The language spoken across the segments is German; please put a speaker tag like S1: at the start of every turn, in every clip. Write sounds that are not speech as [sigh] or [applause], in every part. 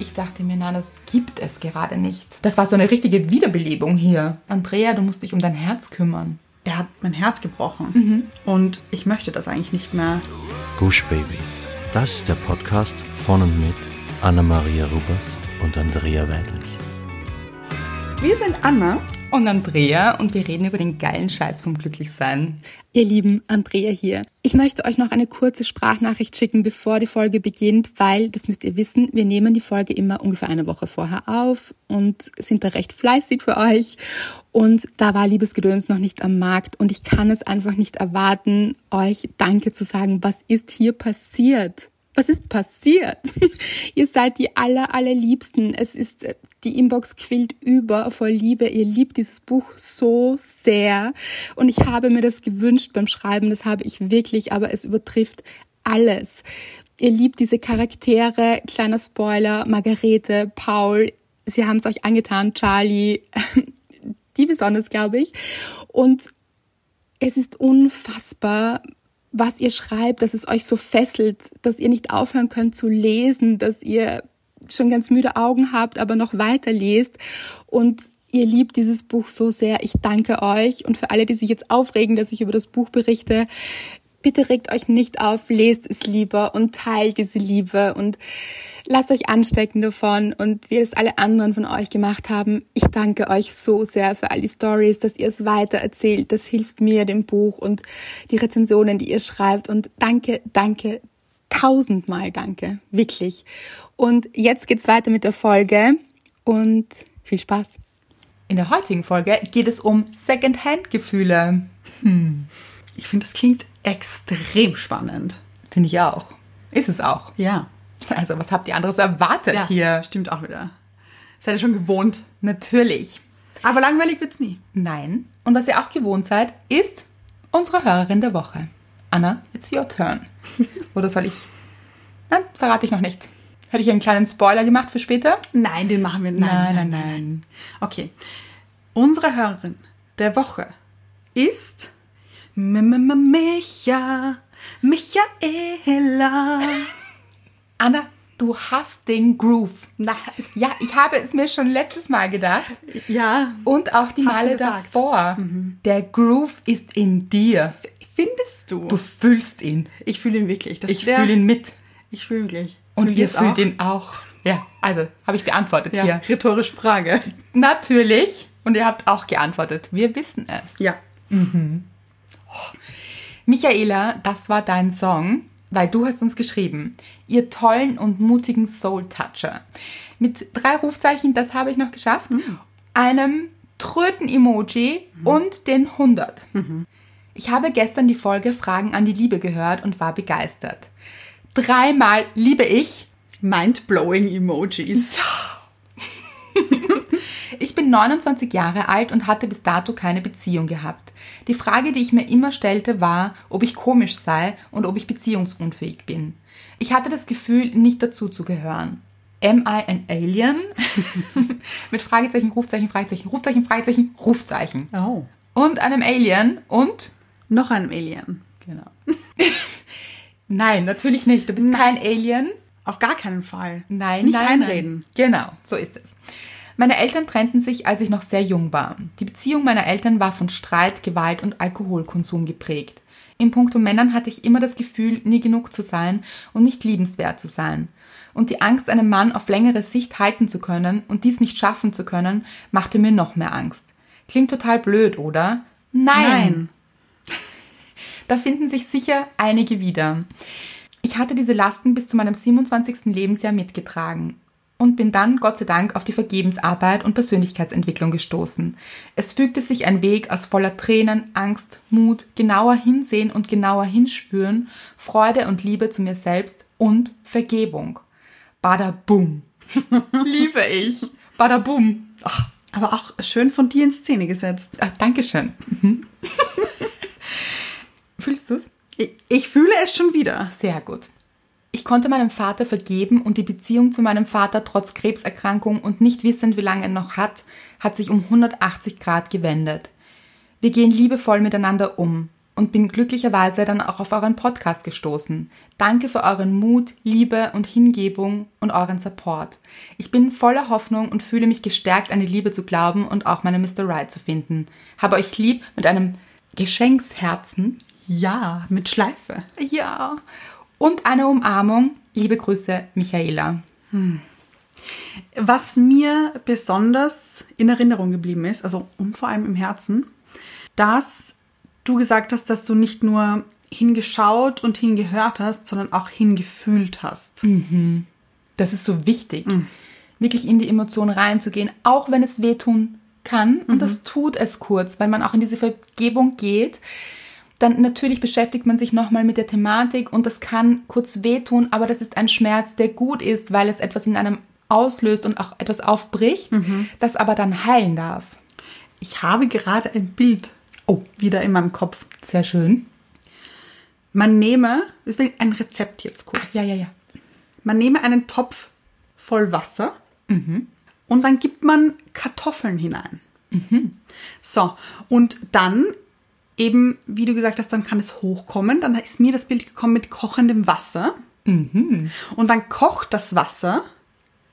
S1: ich dachte mir, nein, das gibt es gerade nicht. Das war so eine richtige Wiederbelebung hier. Andrea, du musst dich um dein Herz kümmern.
S2: Der hat mein Herz gebrochen. Und ich möchte das eigentlich nicht mehr.
S3: Gush Baby. Das ist der Podcast von und mit Anna-Maria Rubers und Andrea Weidlich.
S2: Wir sind Anna.
S1: Und Andrea und wir reden über den geilen Scheiß vom Glücklichsein.
S4: Ihr Lieben, Andrea hier. Ich möchte euch noch eine kurze Sprachnachricht schicken, bevor die Folge beginnt, weil, das müsst ihr wissen, wir nehmen die Folge immer ungefähr eine Woche vorher auf und sind da recht fleißig für euch. Und da war Liebesgedöns noch nicht am Markt und ich kann es einfach nicht erwarten, euch Danke zu sagen. Was ist hier passiert? Was ist passiert? [laughs] ihr seid die aller, allerliebsten. Es ist, äh, die Inbox quillt über vor Liebe. Ihr liebt dieses Buch so sehr. Und ich habe mir das gewünscht beim Schreiben. Das habe ich wirklich, aber es übertrifft alles. Ihr liebt diese Charaktere. Kleiner Spoiler. Margarete, Paul. Sie haben es euch angetan. Charlie. [laughs] die besonders, glaube ich. Und es ist unfassbar, was ihr schreibt, dass es euch so fesselt, dass ihr nicht aufhören könnt zu lesen, dass ihr schon ganz müde Augen habt, aber noch weiter lest und ihr liebt dieses Buch so sehr. Ich danke euch und für alle, die sich jetzt aufregen, dass ich über das Buch berichte, bitte regt euch nicht auf, lest es lieber und teilt diese Liebe und lasst euch anstecken davon und wie es alle anderen von euch gemacht haben. Ich danke euch so sehr für all die Stories, dass ihr es weiter erzählt. Das hilft mir dem Buch und die Rezensionen, die ihr schreibt und danke, danke, tausendmal danke, wirklich. Und jetzt geht's weiter mit der Folge und viel Spaß.
S1: In der heutigen Folge geht es um Secondhand-Gefühle. Hm.
S2: Ich finde, das klingt extrem spannend.
S1: Finde ich auch. Ist es auch.
S2: Ja.
S1: [laughs] Also, was habt ihr anderes erwartet
S2: ja,
S1: hier?
S2: Stimmt auch wieder. Seid ihr schon gewohnt.
S1: Natürlich.
S2: Aber langweilig wird's nie.
S1: Nein. Und was ihr auch gewohnt seid, ist unsere Hörerin der Woche. Anna, it's your
S2: [laughs]
S1: turn. Oder soll ich. Nein, verrate ich noch nicht. Hätte ich einen kleinen Spoiler gemacht für später?
S2: Nein, den machen wir. Nein, Äh, nein, nein. nein, nein. Okay. Unsere Hörerin der Woche ist. M -m -m Micha. Michaela.
S1: Anna, du hast den Groove.
S2: Na,
S1: Ja, ich habe es mir schon letztes Mal gedacht
S2: ja.
S1: und auch die
S2: Hast du
S1: Male
S2: gesagt. Mhm.
S1: davor. Der Groove ist in dir.
S2: Findest du?
S1: Du fühlst ihn.
S2: Ich fühle ihn wirklich. Das
S1: Ich
S2: der-
S1: fühle ihn mit.
S2: Ich fühle ihn wirklich.
S1: Und
S2: Fühlt
S1: ihr
S2: es
S1: fühlt
S2: auch?
S1: ihn auch. Ja, also habe ich beantwortet
S2: Ja,
S1: hier.
S2: rhetorische Frage.
S1: Natürlich. Und ihr habt auch geantwortet. Wir wissen es.
S2: Ja.
S1: Michaela, das war dein Song, weil du hast uns geschrieben. Ihr tollen und mutigen Soul-Toucher. Mit drei Rufzeichen, das habe ich noch geschafft,
S2: Mhm.
S1: einem Tröten-Emoji und den 100.
S2: Mhm.
S1: Ich habe gestern die Folge Fragen an die Liebe gehört und war begeistert. Dreimal liebe ich.
S2: Mind-blowing Emojis.
S1: Ich bin 29 Jahre alt und hatte bis dato keine Beziehung gehabt. Die Frage, die ich mir immer stellte, war, ob ich komisch sei und ob ich beziehungsunfähig bin. Ich hatte das Gefühl, nicht dazu zu gehören. Am I an [laughs] Alien? Mit Fragezeichen, Rufzeichen, Fragezeichen, Rufzeichen, Fragezeichen, Rufzeichen.
S2: Oh.
S1: Und einem Alien und.
S2: Noch ein Alien.
S1: Genau. [laughs] Nein, natürlich nicht. Du bist kein Alien.
S2: Auf gar keinen Fall.
S1: Nein,
S2: Nicht
S1: nein,
S2: einreden.
S1: Nein. Genau, so ist es. Meine Eltern trennten sich, als ich noch sehr jung war. Die Beziehung meiner Eltern war von Streit, Gewalt und Alkoholkonsum geprägt. In puncto Männern hatte ich immer das Gefühl, nie genug zu sein und nicht liebenswert zu sein. Und die Angst, einen Mann auf längere Sicht halten zu können und dies nicht schaffen zu können, machte mir noch mehr Angst. Klingt total blöd, oder? Nein. [laughs] Da finden sich sicher einige wieder. Ich hatte diese Lasten bis zu meinem 27. Lebensjahr mitgetragen und bin dann, Gott sei Dank, auf die Vergebensarbeit und Persönlichkeitsentwicklung gestoßen. Es fügte sich ein Weg aus voller Tränen, Angst, Mut, genauer hinsehen und genauer hinspüren, Freude und Liebe zu mir selbst und Vergebung. Bada bum. [laughs] Liebe ich. Bada bum. Ach,
S2: Aber auch schön von dir in Szene gesetzt.
S1: ah, Dankeschön. Mhm. [laughs] Fühlst du's?
S2: Ich, ich fühle es schon wieder.
S1: Sehr gut. Ich konnte meinem Vater vergeben und die Beziehung zu meinem Vater trotz Krebserkrankung und nicht wissend, wie lange er noch hat, hat sich um 180 Grad gewendet. Wir gehen liebevoll miteinander um. und bin glücklicherweise dann auch auf euren Podcast gestoßen. Danke für euren Mut, Liebe und Hingebung und euren Support. Ich bin voller Hoffnung und fühle mich gestärkt, an die Liebe zu glauben und auch meine Mr. Right zu finden. Habe euch lieb mit einem Geschenksherzen.
S2: Ja, mit Schleife.
S1: Ja. Und einer Umarmung. Liebe Grüße, Michaela.
S2: Was mir besonders in Erinnerung geblieben ist, also und vor allem im Herzen, dass du gesagt hast, dass du nicht nur hingeschaut und hingehört hast, sondern auch hingefühlt hast.
S1: Das ist so wichtig. Wirklich in die Emotionen reinzugehen, auch wenn es wehtun kann. Und das tut es kurz, weil man auch in diese Vergebung geht. Dann natürlich beschäftigt man sich nochmal mit der Thematik und das kann kurz wehtun, aber das ist ein Schmerz, der gut ist, weil es etwas in einem auslöst und auch etwas aufbricht, das aber dann heilen darf.
S2: Ich habe gerade ein Bild
S1: Oh.
S2: wieder in meinem Kopf.
S1: Sehr schön.
S2: Man nehme, deswegen ein Rezept jetzt kurz.
S1: Ach, ja, ja, ja.
S2: Man nehme einen Topf voll Wasser und dann gibt man Kartoffeln hinein. So, und dann eben, wie du gesagt hast, dann kann es hochkommen. Dann ist mir das Bild gekommen mit kochendem Wasser. Und dann kocht das Wasser,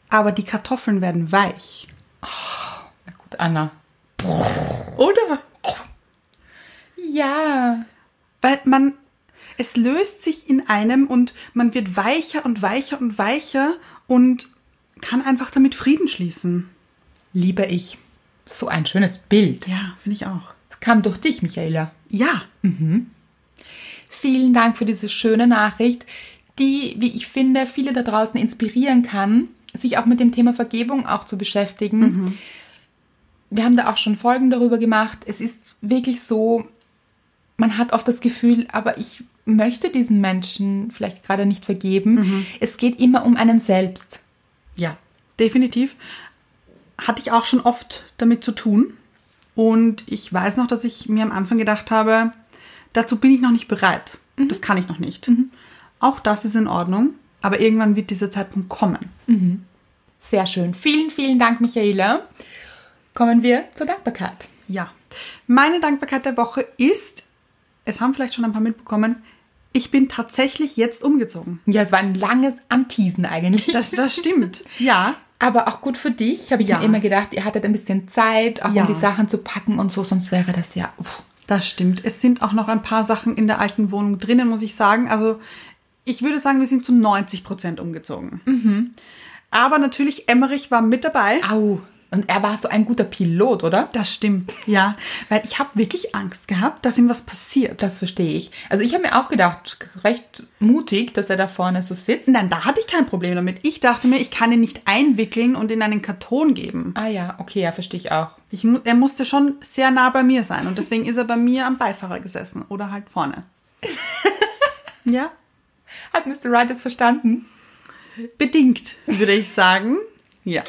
S2: aber die Kartoffeln werden weich.
S1: Na gut, Anna.
S2: Oder?
S1: Ja.
S2: Weil man, es löst sich in einem und man wird weicher und weicher und weicher und kann einfach damit Frieden schließen.
S1: Liebe ich. So ein schönes Bild.
S2: Ja, finde ich auch.
S1: Es kam durch dich, Michaela.
S2: Ja,
S1: Vielen Dank für diese schöne Nachricht, die, wie ich finde, viele da draußen inspirieren kann, sich auch mit dem Thema Vergebung auch zu beschäftigen. Wir haben da auch schon Folgen darüber gemacht. Es ist wirklich so, man hat oft das Gefühl, aber ich möchte diesen Menschen vielleicht gerade nicht vergeben. Es geht immer um einen selbst.
S2: ja, definitiv. Hatte ich auch schon oft damit zu tun. Und ich weiß noch, dass ich mir am Anfang gedacht habe, dazu bin ich noch nicht bereit. Das kann ich noch nicht. Auch das ist in Ordnung, aber irgendwann wird dieser Zeitpunkt kommen.
S1: Sehr schön. Vielen, vielen Dank, Michaela. Kommen wir zur Dankbarkeit.
S2: Ja. Meine Dankbarkeit der Woche ist, es haben vielleicht schon ein paar mitbekommen, ich bin tatsächlich jetzt umgezogen.
S1: Ja, es war ein langes Anteasen eigentlich.
S2: Das, das [laughs] stimmt. Ja.
S1: aber auch gut für dich, habe ich
S2: Ja.
S1: mir immer gedacht. Ihr hattet ein bisschen Zeit, auch
S2: Ja.
S1: um die Sachen zu packen und so, sonst wäre das ja. Uff.
S2: Das stimmt. Es sind auch noch ein paar Sachen in der alten Wohnung drinnen, muss ich sagen. Also ich würde sagen, wir sind zu 90 Prozent umgezogen. Aber natürlich, Emmerich war mit dabei.
S1: Au. Und er war so ein guter Pilot, oder?
S2: Das stimmt, ja. Weil ich habe wirklich Angst gehabt, dass ihm was passiert.
S1: Das verstehe ich. Also ich habe mir auch gedacht, recht mutig, dass er da vorne so sitzt.
S2: Nein, da hatte ich kein Problem damit. Ich dachte mir, ich kann ihn nicht einwickeln und in einen Karton geben.
S1: Ah ja, okay, ja, verstehe ich auch.
S2: Ich, mu- er musste schon sehr nah bei mir sein und deswegen ist er bei mir am Beifahrer gesessen oder halt vorne. ja,
S1: Hat Mr. Wright das verstanden?
S2: bedingt, würde ich sagen. Ja.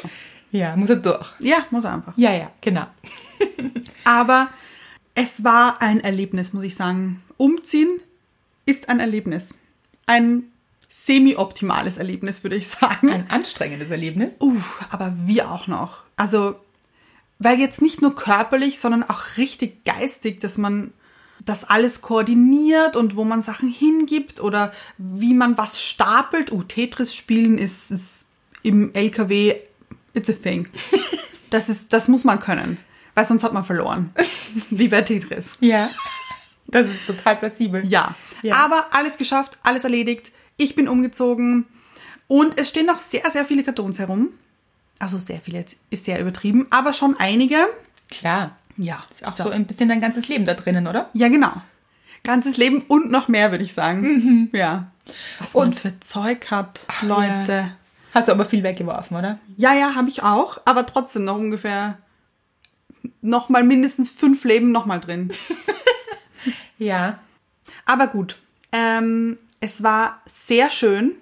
S1: Ja, muss er durch.
S2: Ja, muss er einfach.
S1: Ja, ja, genau.
S2: Aber es war ein Erlebnis, muss ich sagen. Umziehen ist ein Erlebnis. Ein semi-optimales Erlebnis, würde ich sagen.
S1: Ein anstrengendes Erlebnis.
S2: Uff, aber wir auch noch. Also, weil jetzt nicht nur körperlich, sondern auch richtig geistig, dass man das alles koordiniert und wo man Sachen hingibt oder wie man was stapelt. Uh, Tetris spielen ist, ist im LKW, it's a thing. Das, ist, das muss man können, weil sonst hat man verloren. Wie bei Tetris.
S1: Ja. Das ist total plausibel.
S2: Ja.
S1: Ja.
S2: Aber alles geschafft, alles erledigt. Ich bin umgezogen und es stehen noch sehr, sehr viele Kartons herum. Also sehr viele jetzt ist sehr übertrieben, aber schon einige.
S1: Klar.
S2: Ja.
S1: Ist auch so ein bisschen dein ganzes Leben da drinnen, oder?
S2: Ja, genau. Ganzes Leben und noch mehr, würde ich sagen. Ja. Mhm. Was man
S1: Und-
S2: für Zeug hat, Leute.
S1: Hast du aber viel weggeworfen, oder?
S2: Ja, ja, habe ich auch, aber trotzdem noch ungefähr noch mal mindestens fünf Leben noch mal drin.
S1: Ja.
S2: Aber gut, ähm, es war sehr schön.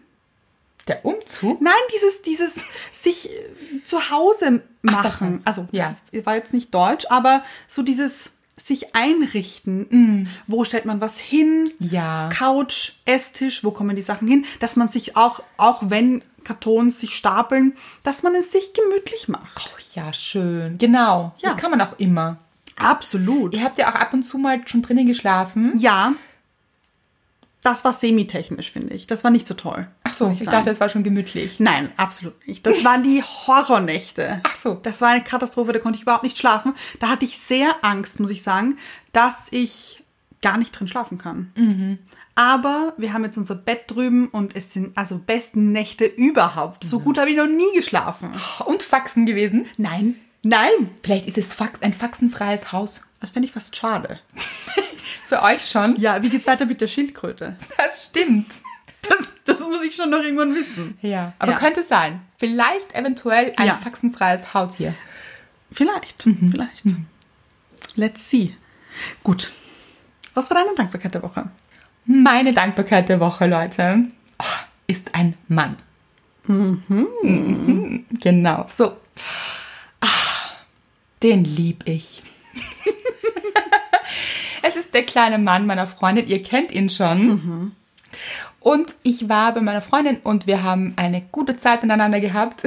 S1: Der Umzug?
S2: Nein, dieses, dieses sich äh, zu Hause
S1: Ach, das
S2: machen.
S1: meinst du.
S2: also,
S1: Ja.
S2: das ist- war jetzt nicht deutsch, aber so dieses sich einrichten. Wo stellt man was hin?
S1: Mhm. Ja.
S2: Couch, Esstisch, wo kommen die Sachen hin? Dass man sich auch, auch wenn Kartons sich
S1: Oh,
S2: stapeln, dass man es sich gemütlich macht.
S1: Ja, schön. Genau.
S2: Ja.
S1: Das kann man auch immer.
S2: Absolut.
S1: Ihr habt ja auch ab und zu mal schon drinnen geschlafen.
S2: Ja. Das war semitechnisch, finde ich. Das war nicht so toll.
S1: Ach so,
S2: muss
S1: ich dachte, es war schon gemütlich.
S2: Nein, absolut nicht. Das waren die Horrornächte.
S1: Ach so.
S2: Das war eine Katastrophe, da konnte ich überhaupt nicht schlafen. Da hatte ich sehr Angst, muss ich sagen, dass ich gar nicht drin schlafen kann. Aber wir haben jetzt unser Bett drüben und es sind also besten Nächte überhaupt. So gut habe ich noch nie geschlafen.
S1: Und Faxen gewesen.
S2: Nein, nein.
S1: Vielleicht ist es Fax, ein faxenfreies Haus.
S2: Das fände ich fast schade.
S1: Für euch schon.
S2: Ja, wie geht's weiter mit der Schildkröte?
S1: Das stimmt.
S2: Das, das muss ich schon noch irgendwann wissen.
S1: Ja. Aber
S2: Ja.
S1: könnte sein. Vielleicht eventuell ein
S2: Ja.
S1: faxenfreies Haus hier.
S2: Vielleicht, vielleicht. Let's see. Gut. Was war deine Dankbarkeit der Woche?
S1: Meine Dankbarkeit der Woche, Leute, oh, ist ein Mann. Mhm. Genau, so. Ah, Den lieb ich. [laughs] es ist der kleine Mann meiner Freundin, ihr kennt ihn schon. Und ich war bei meiner Freundin und wir haben eine gute Zeit miteinander gehabt.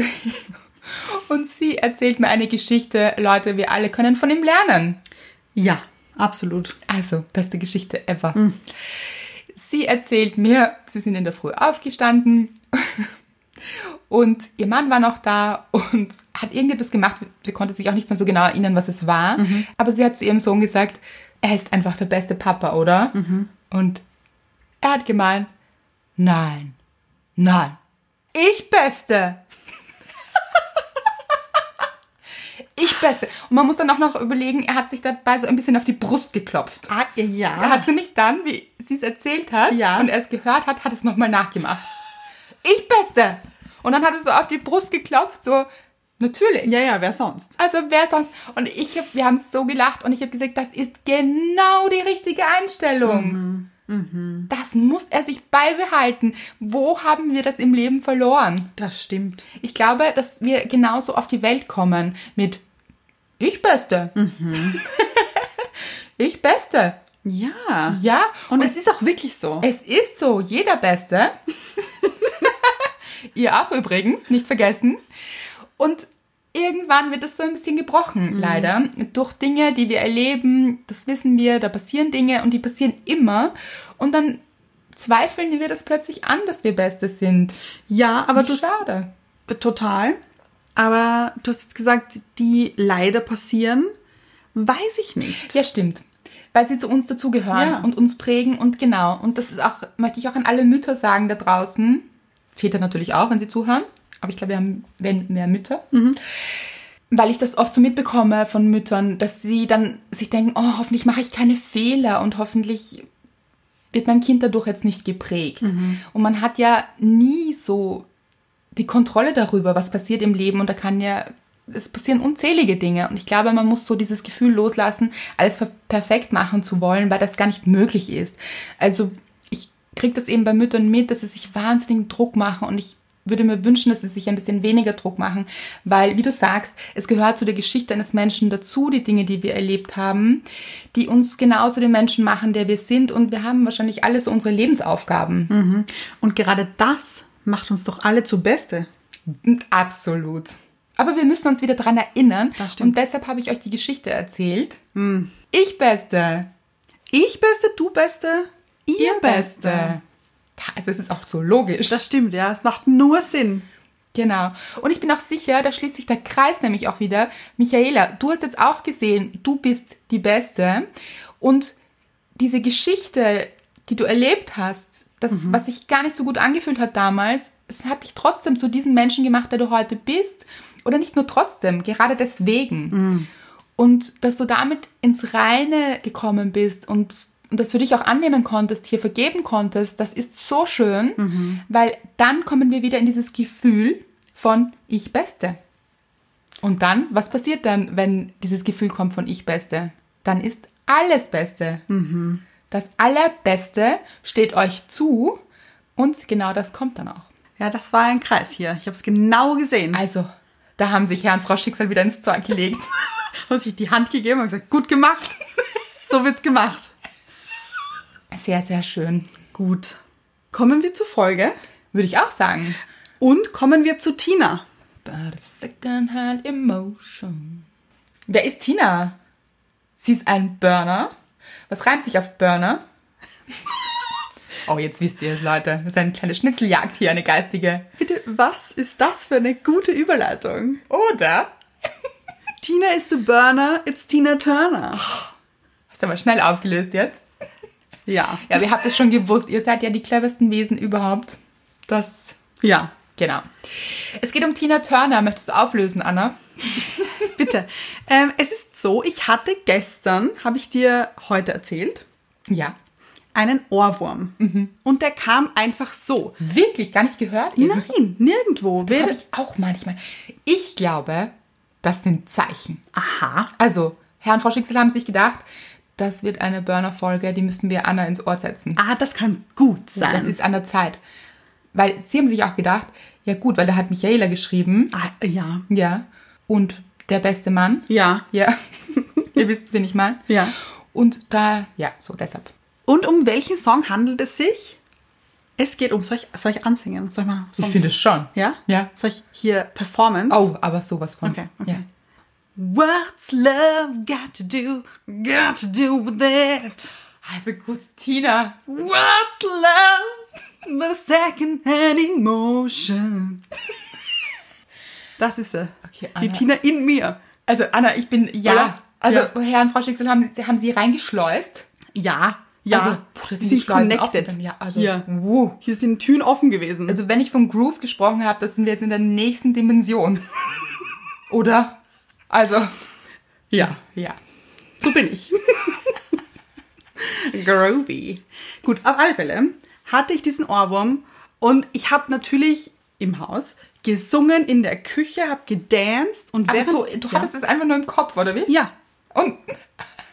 S1: [laughs] und sie erzählt mir eine Geschichte. Leute, wir alle können von ihm lernen.
S2: Ja, absolut.
S1: Also, beste Geschichte ever. Sie erzählt mir, sie sind in der Früh aufgestanden [laughs] und ihr Mann war noch da und hat irgendetwas gemacht. Sie konnte sich auch nicht mehr so genau erinnern, was es war. Aber sie hat zu ihrem Sohn gesagt, er ist einfach der beste Papa, oder? Und er hat gemeint, nein, nein, ich beste. ich beste. Und man muss dann auch noch überlegen, er hat sich dabei so ein bisschen auf die Brust geklopft.
S2: Ah, ja.
S1: Er hat nämlich dann, wie sie es erzählt hat
S2: Ja.
S1: und er es gehört hat, hat es nochmal nachgemacht. Ich Beste! Und dann hat er so auf die Brust geklopft, so, natürlich.
S2: ja, ja, wer sonst?
S1: Also wer sonst? Und ich hab, wir haben so gelacht und ich habe gesagt, das ist genau die richtige Einstellung.
S2: Mhm.
S1: Das muss er sich beibehalten. Wo haben wir das im Leben verloren?
S2: Das stimmt.
S1: Ich glaube, dass wir genauso auf die Welt kommen mit Ich Beste.
S2: Mhm.
S1: [laughs] ich Beste.
S2: Ja.
S1: Ja,
S2: Und, es ist auch wirklich so.
S1: es ist so, jeder Beste. Ihr ab übrigens, nicht vergessen. Und irgendwann wird das so ein bisschen gebrochen, leider. Durch Dinge, die wir erleben, das wissen wir, da passieren Dinge und die passieren immer. Und dann zweifeln wir das plötzlich an, dass wir Beste sind.
S2: Ja, aber du, äh,
S1: Schade.
S2: total. Aber du hast jetzt gesagt, die leider passieren, weiß ich nicht.
S1: Ja, stimmt. Weil sie zu uns dazugehören
S2: Ja.
S1: und uns prägen und genau. Und das ist auch, möchte ich auch an alle Mütter sagen da draußen. Väter natürlich auch, wenn sie zuhören. Aber ich glaube, wir haben werden mehr Mütter. Weil ich das oft so mitbekomme von Müttern, dass sie dann sich denken, oh, hoffentlich mache ich keine Fehler und hoffentlich wird mein Kind dadurch jetzt nicht geprägt. Und man hat ja nie so die Kontrolle darüber, was passiert im Leben und da kann ja, es passieren unzählige Dinge und ich glaube, man muss so dieses Gefühl loslassen, alles per- perfekt machen zu wollen, weil das gar nicht möglich ist. Also ich kriege das eben bei Müttern mit, dass sie sich wahnsinnigen Druck machen und ich würde mir wünschen, dass sie sich ein bisschen weniger Druck machen, weil, wie du sagst, es gehört zu der Geschichte eines Menschen dazu, die Dinge, die wir erlebt haben, die uns genau zu dem Menschen machen, der wir sind und wir haben wahrscheinlich alle so unsere Lebensaufgaben.
S2: Und gerade das macht uns doch alle zu Beste.
S1: Absolut. Aber wir müssen uns wieder dran erinnern.
S2: Das stimmt. Hm.
S1: und deshalb habe ich euch die Geschichte erzählt. Ich Beste.
S2: Ich Beste, du Beste, ihr, Beste.
S1: Also es ist auch so logisch.
S2: Das stimmt, ja. Es macht nur Sinn.
S1: genau. Und ich bin auch sicher, da schließt sich der Kreis nämlich auch wieder. Michaela, du hast jetzt auch gesehen, du bist die Beste. Und diese Geschichte, die du erlebt hast, das,
S2: Mhm.
S1: was sich gar nicht so gut angefühlt hat damals, es hat dich trotzdem zu diesem Menschen gemacht, der du heute bist. Oder nicht nur trotzdem, gerade deswegen.
S2: Mhm.
S1: Und dass du damit ins Reine gekommen bist und, und das für dich auch annehmen konntest, hier vergeben konntest, das ist so schön, weil dann kommen wir wieder in dieses Gefühl von Ich Beste. Und dann, was passiert dann, wenn dieses Gefühl kommt von Ich Beste? Dann ist alles Beste. Das Allerbeste steht euch zu und genau das kommt dann auch.
S2: Ja, das war ein Kreis hier. Ich habe es genau gesehen.
S1: Also, da haben sich Herr und Frau Schicksal wieder ins Zeug gelegt.
S2: Habe ich die Hand gegeben und gesagt, gut [laughs] gemacht. so wird's gemacht.
S1: Sehr, sehr schön.
S2: Gut. Kommen wir zur Folge
S1: Würde ich auch sagen.
S2: und kommen wir zu Tina.
S1: But a second-hand emotion. Wer ist Tina? Sie ist ein Burner. Was reimt sich auf Burner? oh, jetzt wisst ihr es, Leute. Das ist eine kleine Schnitzeljagd hier, eine geistige.
S2: Bitte, was ist das für eine gute Überleitung?
S1: Oder?
S2: Tina is the burner, it's Tina Turner.
S1: Hast du aber schnell aufgelöst jetzt.
S2: Ja.
S1: Ja, wir habt es schon gewusst. Ihr seid ja die cleversten Wesen überhaupt. Das.
S2: Ja.
S1: Genau. Es geht um Tina Turner. Möchtest du auflösen, Anna?
S2: Bitte. ähm, es ist so, ich hatte gestern, habe ich dir heute erzählt,
S1: Ja.
S2: einen Ohrwurm.
S1: Mhm.
S2: Und der kam einfach so.
S1: Wirklich? Gar nicht gehört? Eben.
S2: Nein, nirgendwo.
S1: Das
S2: Wer-
S1: habe ich auch manchmal. Ich glaube, das sind Zeichen.
S2: Aha.
S1: Also, Herr und Frau Schicksal haben sich gedacht, das wird eine Burner-Folge, die müssen wir Anna ins Ohr setzen.
S2: Ah, das kann gut sein.
S1: Das ist an der Zeit. Weil sie haben sich auch gedacht, ja gut, weil da hat Michaela geschrieben.
S2: ah, ja.
S1: Ja. Und der beste Mann.
S2: Ja.
S1: Ja. [laughs] Ihr wisst, wen ich meine.
S2: Ja.
S1: Und da, ja, so deshalb.
S2: Und um welchen Song handelt es sich? Es geht um, soll ich, soll ich ansingen? Soll ich mal Songs-
S1: es schon.
S2: Ja?
S1: Ja.
S2: Soll ich hier Performance?
S1: Oh, aber sowas von.
S2: Okay, okay.
S1: Ja.
S2: What's love got to do, got to do with it?
S1: Also gut, Tina.
S2: What's love but a second-hand emotion? Das ist sie.
S1: Okay,
S2: Die
S1: Anna.
S2: Tina in mir.
S1: Also Anna, ich bin, ja.
S2: Oder?
S1: Also
S2: Ja.
S1: Herr und Frau Schicksal haben, haben sie reingeschleust.
S2: Ja, ja.
S1: Also, puh, das sind die Schleusen offen dann, ja, also,
S2: hier.
S1: wow.
S2: hier sind Türen offen gewesen.
S1: Also wenn ich vom Groove gesprochen habe, das sind wir jetzt in der nächsten
S2: [laughs]
S1: Dimension. Oder? Also,
S2: ja,
S1: ja.
S2: so bin ich. [laughs] Groovy. Gut, auf alle Fälle hatte ich diesen Ohrwurm und ich habe natürlich im Haus gesungen, in der Küche, habe gedanced und
S1: Aber
S2: während-
S1: so, du hattest es einfach nur im Kopf, oder wie?
S2: ja,
S1: Und,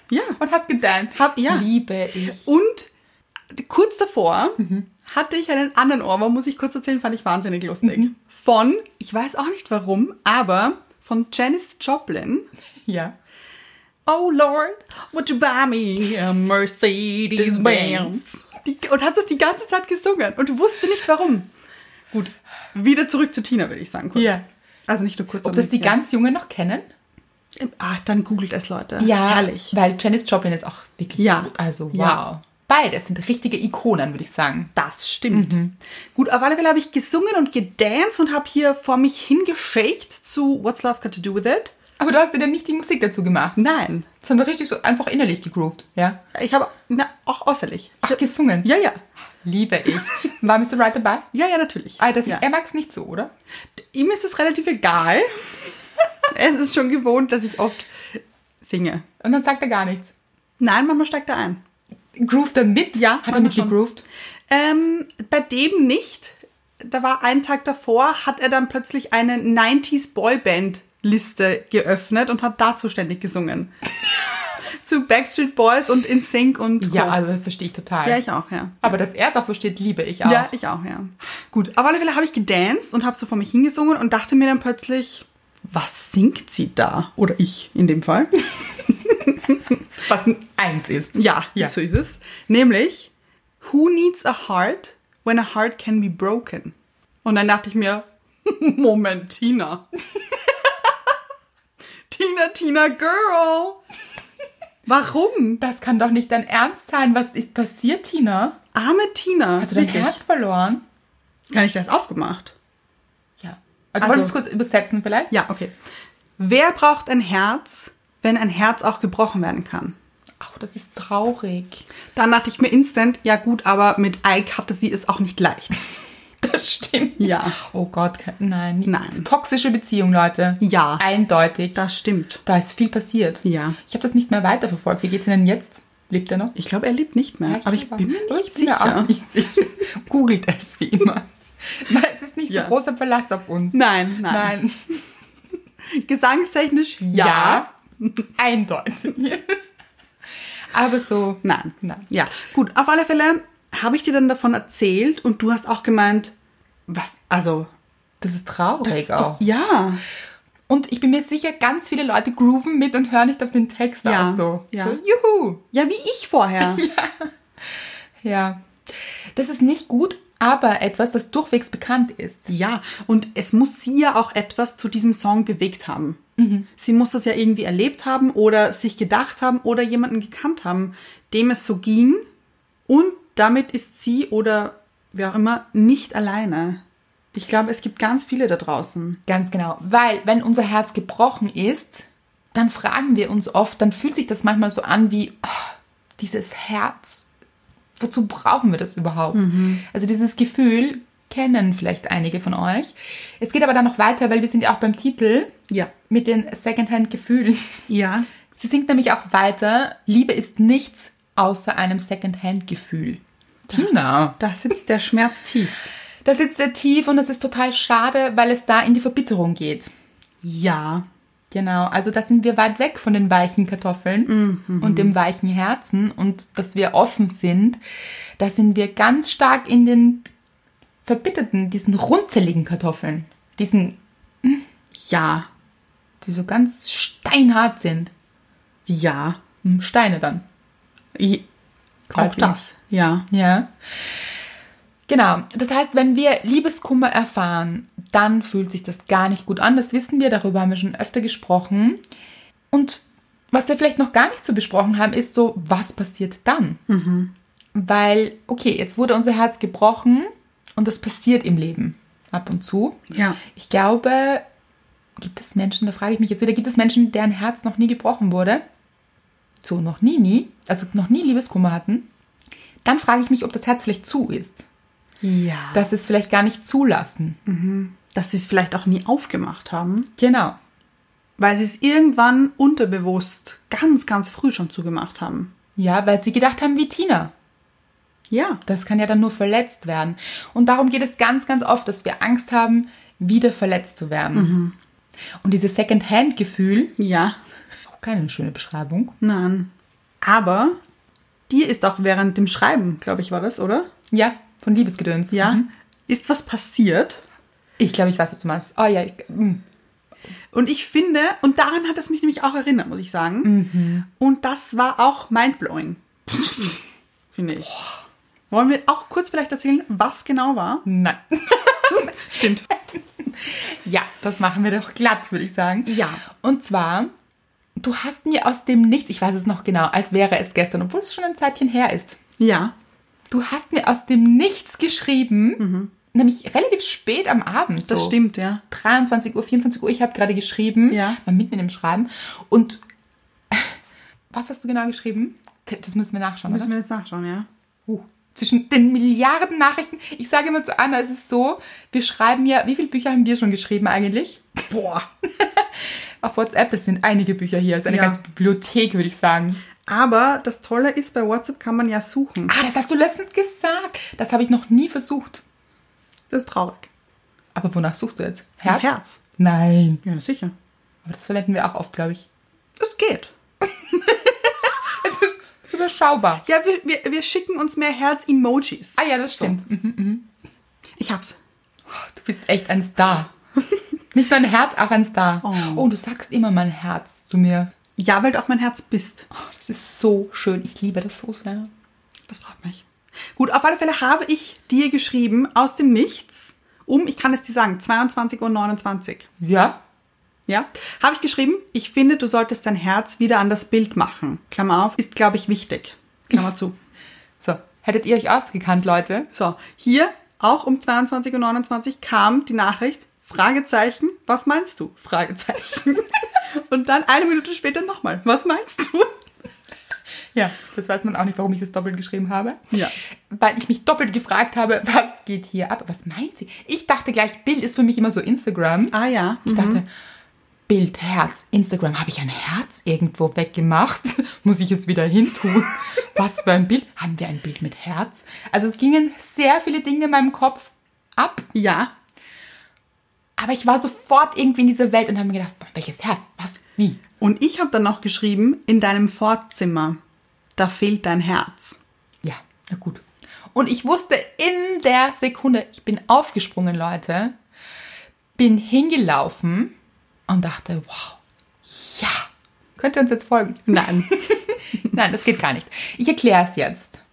S2: ja, ja.
S1: und hast gedanced.
S2: Hab- ja.
S1: Liebe ich.
S2: Und kurz davor hatte ich einen anderen Ohrwurm, muss ich kurz erzählen, fand ich wahnsinnig lustig. Von, ich weiß auch nicht warum, aber von Janis Joplin.
S1: ja.
S2: Oh Lord, would you buy me a Mercedes Benz? Die, und hat das die ganze Zeit gesungen und wusste nicht warum. Gut, wieder zurück zu Tina, würde ich sagen, kurz.
S1: Ja.
S2: Also nicht nur kurz.
S1: Ob das die
S2: ja.
S1: ganz Jungen noch kennen?
S2: Ach, dann googelt es, Leute. Herrlich.
S1: Weil Janis Joplin ist auch wirklich
S2: Ja.
S1: gut. Also, wow.
S2: Ja.
S1: Beide sind richtige Ikonen, würde ich sagen.
S2: Das stimmt. Gut, auf alle Fälle habe ich gesungen und gedanced und habe hier vor mich hingeshaked zu What's Love Got to Do With It?
S1: Aber du hast dir dann nicht die Musik dazu gemacht,
S2: Nein.
S1: sondern richtig so einfach innerlich gegroovt, ja?
S2: Ich habe na, auch äußerlich.
S1: Ach, gesungen.
S2: Ja, ja.
S1: Liebe ich. War Mr. Right dabei?
S2: Ja, ja, natürlich.
S1: Ah, das,
S2: ja.
S1: Er mag es nicht so, oder?
S2: Ihm ist es relativ egal.
S1: [laughs]
S2: es ist schon gewohnt, dass ich oft singe.
S1: Und dann sagt er gar nichts.
S2: Nein, manchmal steigt er ein.
S1: Grooved er mit?
S2: Ja,
S1: Hat er
S2: manchmal schon.
S1: mitgegrooved?
S2: Ähm, bei dem nicht. Da war ein Tag davor, hat er dann plötzlich eine 90s Boyband Liste geöffnet und hat dazu ständig
S1: [laughs]
S2: gesungen. Zu Backstreet Boys und In Sync und
S1: Ja,
S2: Co.
S1: also das verstehe ich total.
S2: ja, ich auch, ja.
S1: Aber dass er es auch versteht, liebe ich auch.
S2: Ja, ich auch, ja. Gut, auf alle Fälle habe ich gedanced und habe so vor mich hingesungen und dachte mir dann plötzlich, was singt sie da? Oder ich in dem Fall.
S1: Was ein eins ist.
S2: Ja,
S1: Ja.
S2: so ist es. Nämlich, who needs a heart when a heart can be broken? Und dann dachte ich mir, [laughs] Moment, Tina. [laughs] Tina, Tina, Girl. Warum?
S1: Das kann doch nicht dein Ernst sein. Was ist passiert, Tina?
S2: Arme Tina.
S1: Hast du dein
S2: wirklich.
S1: Herz verloren?
S2: Kann ich das aufgemacht?
S1: Ja. Also,
S2: Also-
S1: wollen wir es kurz übersetzen vielleicht?
S2: Ja, okay. Wer braucht ein Herz, wenn ein Herz auch gebrochen werden kann?
S1: Ach, das ist traurig. [laughs]
S2: Dann dachte ich mir instant, ja gut, aber mit Ike hatte sie es auch nicht leicht.
S1: Das stimmt.
S2: Ja.
S1: Oh Gott, ke- nein.
S2: Nein.
S1: Toxische Beziehung, Leute.
S2: Ja.
S1: Eindeutig.
S2: Das stimmt.
S1: Da ist viel passiert.
S2: Ja.
S1: Ich habe das nicht mehr weiterverfolgt. Wie geht's Ihnen jetzt? Lebt er noch?
S2: Ich glaube, er lebt nicht mehr,
S1: Ja,
S2: aber ich
S1: glaube,
S2: bin mir
S1: aber
S2: nicht
S1: ich bin mir
S2: sicher. [laughs]
S1: auch nicht sicher. Googelt es wie immer. Weil es ist nicht
S2: Ja.
S1: so großer Verlass auf uns.
S2: Nein, nein.
S1: Nein.
S2: Gesangstechnisch ja.
S1: Eindeutig. Aber so.
S2: Nein.
S1: Nein.
S2: Ja. Gut, auf alle Fälle habe ich dir dann davon erzählt und du hast auch gemeint, was, also.
S1: Das ist traurig
S2: das ist
S1: auch.
S2: doch- Ja.
S1: Und ich bin mir sicher, ganz viele Leute grooven mit und hören nicht auf den Text
S2: Ja,
S1: auch so.
S2: ja.
S1: So, juhu.
S2: [laughs] Ja, wie ich vorher.
S1: Ja. Das ist nicht gut, Aber etwas, das durchwegs bekannt ist.
S2: Ja, und es muss sie ja auch etwas zu diesem Song bewegt haben. Sie muss das ja irgendwie erlebt haben oder sich gedacht haben oder jemanden gekannt haben, dem es so ging. Und damit ist sie oder wer auch immer nicht alleine. Ich glaube, es gibt ganz viele da draußen.
S1: Ganz genau. Weil, wenn unser Herz gebrochen ist, dann fragen wir uns oft, dann fühlt sich das manchmal so an wie oh, dieses Herz. Wozu brauchen wir das überhaupt? Also dieses Gefühl kennen vielleicht einige von euch. Es geht aber dann noch weiter, weil wir sind ja auch beim Titel
S2: Ja.
S1: mit den Secondhand-Gefühlen.
S2: Ja.
S1: [laughs] Sie singt nämlich auch weiter, Liebe ist nichts außer einem Secondhand-Gefühl. Tina.
S2: Da sitzt der Schmerz tief.
S1: Das sitzt sehr tief und das ist total schade, weil es da in die Verbitterung geht.
S2: Ja.
S1: Genau, also da sind wir weit weg von den weichen Kartoffeln und dem weichen Herzen und dass wir offen sind. Da sind wir ganz stark in den verbitterten, diesen runzeligen Kartoffeln. Diesen,
S2: Ja.
S1: die so ganz steinhart sind.
S2: Ja.
S1: Hm, Steine dann.
S2: Je- Auch
S1: Quasi.
S2: das. Ja.
S1: Ja. Genau. Das heißt, wenn wir Liebeskummer erfahren, dann fühlt sich das gar nicht gut an. Das wissen wir, darüber haben wir schon öfter gesprochen. Und was wir vielleicht noch gar nicht so besprochen haben, ist so, was passiert dann? Weil, okay, jetzt wurde unser Herz gebrochen und das passiert im Leben ab und zu.
S2: Ja.
S1: Ich glaube, gibt es Menschen, da frage ich mich jetzt wieder, gibt es Menschen, deren Herz noch nie gebrochen wurde? So, noch nie, nie, also noch nie Liebeskummer hatten? Dann frage ich mich, ob das Herz vielleicht zu ist.
S2: Ja. Das,
S1: Dass es vielleicht gar nicht zulassen.
S2: dass sie es vielleicht auch nie aufgemacht haben,
S1: Genau.
S2: weil sie es irgendwann unterbewusst ganz, ganz früh schon zugemacht haben.
S1: Ja, weil sie gedacht haben, wie Tina.
S2: Ja.
S1: Das kann ja dann nur verletzt werden. Und darum geht es ganz, ganz oft, dass wir Angst haben, wieder verletzt zu werden. Und dieses Second-Hand-Gefühl,
S2: Ja.
S1: auch keine schöne Beschreibung.
S2: Nein. Aber dir ist auch während dem Schreiben, glaube ich, war das, oder?
S1: Ja, von Liebesgedöns.
S2: Ja.
S1: Mhm.
S2: Ist was passiert?
S1: Ich glaube, ich weiß, was du meinst. Oh ja, ich, mm.
S2: Und ich finde, und daran hat es mich nämlich auch erinnert, muss ich sagen. Und das war auch mindblowing. [laughs] finde ich. Wollen wir auch kurz vielleicht erzählen, was genau war?
S1: Nein.
S2: [laughs] Stimmt.
S1: Ja, das machen wir doch glatt, würde ich sagen.
S2: Ja.
S1: Und zwar, du hast mir aus dem Nichts, ich weiß es noch genau, als wäre es gestern, obwohl es schon ein Zeitchen her ist.
S2: Ja.
S1: Du hast mir aus dem Nichts geschrieben, nämlich relativ spät am Abend.
S2: Mhm. Das
S1: so.
S2: stimmt, ja.
S1: 23 Uhr, 24 Uhr, ich habe gerade geschrieben,
S2: Ja.
S1: war mitten in dem Schreiben. Und [laughs] was hast du genau geschrieben? Das müssen wir nachschauen, oder?
S2: Müssen wir jetzt nachschauen, ja.
S1: Uh, zwischen den Milliarden Nachrichten. Ich sage immer zu Anna, es ist so, wir schreiben ja, wie viele Bücher haben wir schon geschrieben eigentlich? [laughs] Boah. Auf WhatsApp, das sind einige Bücher hier. Das ist eine
S2: Ja.
S1: ganze Bibliothek, würde ich sagen.
S2: Aber das Tolle ist, bei WhatsApp kann man ja suchen.
S1: Ah, das hast du letztens gesagt. Das habe ich noch nie versucht.
S2: Das ist traurig.
S1: Aber wonach suchst du jetzt? Herz?
S2: Herz.
S1: Nein.
S2: Ja, sicher.
S1: Aber das verwenden wir auch oft, glaube ich.
S2: Das geht.
S1: Es ist überschaubar.
S2: Ja, wir, wir, wir schicken uns mehr Herz-Emojis.
S1: Ah ja, das stimmt. Mhm.
S2: Ich hab's.
S1: Du bist echt ein Star. Nicht nur ein Herz, auch ein Star.
S2: Oh.
S1: oh, du sagst immer mein Herz zu mir.
S2: Ja, weil du auch mein Herz bist.
S1: Das ist so schön. Ich liebe das so sehr.
S2: Das freut mich. Gut, auf alle Fälle habe ich dir geschrieben aus dem Nichts um, ich kann es dir sagen, 22.29 Uhr.
S1: Ja,
S2: Ja, habe ich geschrieben, ich finde, du solltest dein Herz wieder an das Bild machen. Klammer auf, ist, glaube ich, wichtig. Klammer zu.
S1: so. Hättet ihr euch ausgekannt, Leute?
S2: So, hier auch um 22.29 Uhr kam die Nachricht, Fragezeichen, was meinst du? Fragezeichen. [laughs] Und dann eine Minute später nochmal, was meinst du?
S1: Ja. Das weiß man auch nicht, warum ich das doppelt geschrieben habe.
S2: Ja.
S1: Weil ich mich doppelt gefragt habe, was geht hier ab? Was meint sie? Ich dachte gleich, Bild ist für mich immer so Instagram.
S2: Ah ja.
S1: Ich dachte, Bild, Herz, Instagram. Habe ich ein Herz irgendwo weggemacht? [laughs] Muss ich es wieder hintun? Was für ein Bild? Haben wir ein Bild mit Herz? Also es gingen sehr viele Dinge in meinem Kopf ab.
S2: Ja,
S1: Aber ich war sofort irgendwie in dieser Welt und habe mir gedacht, welches Herz? Was? Wie?
S2: Und ich habe dann noch geschrieben, in deinem Fortzimmer, da fehlt dein Herz.
S1: Ja, na gut. Und ich wusste in der Sekunde, ich bin aufgesprungen, Leute, bin hingelaufen und dachte, wow, ja, könnt ihr uns jetzt folgen?
S2: [laughs] Nein.
S1: [laughs] Nein, das geht gar nicht. Ich erkläre es jetzt.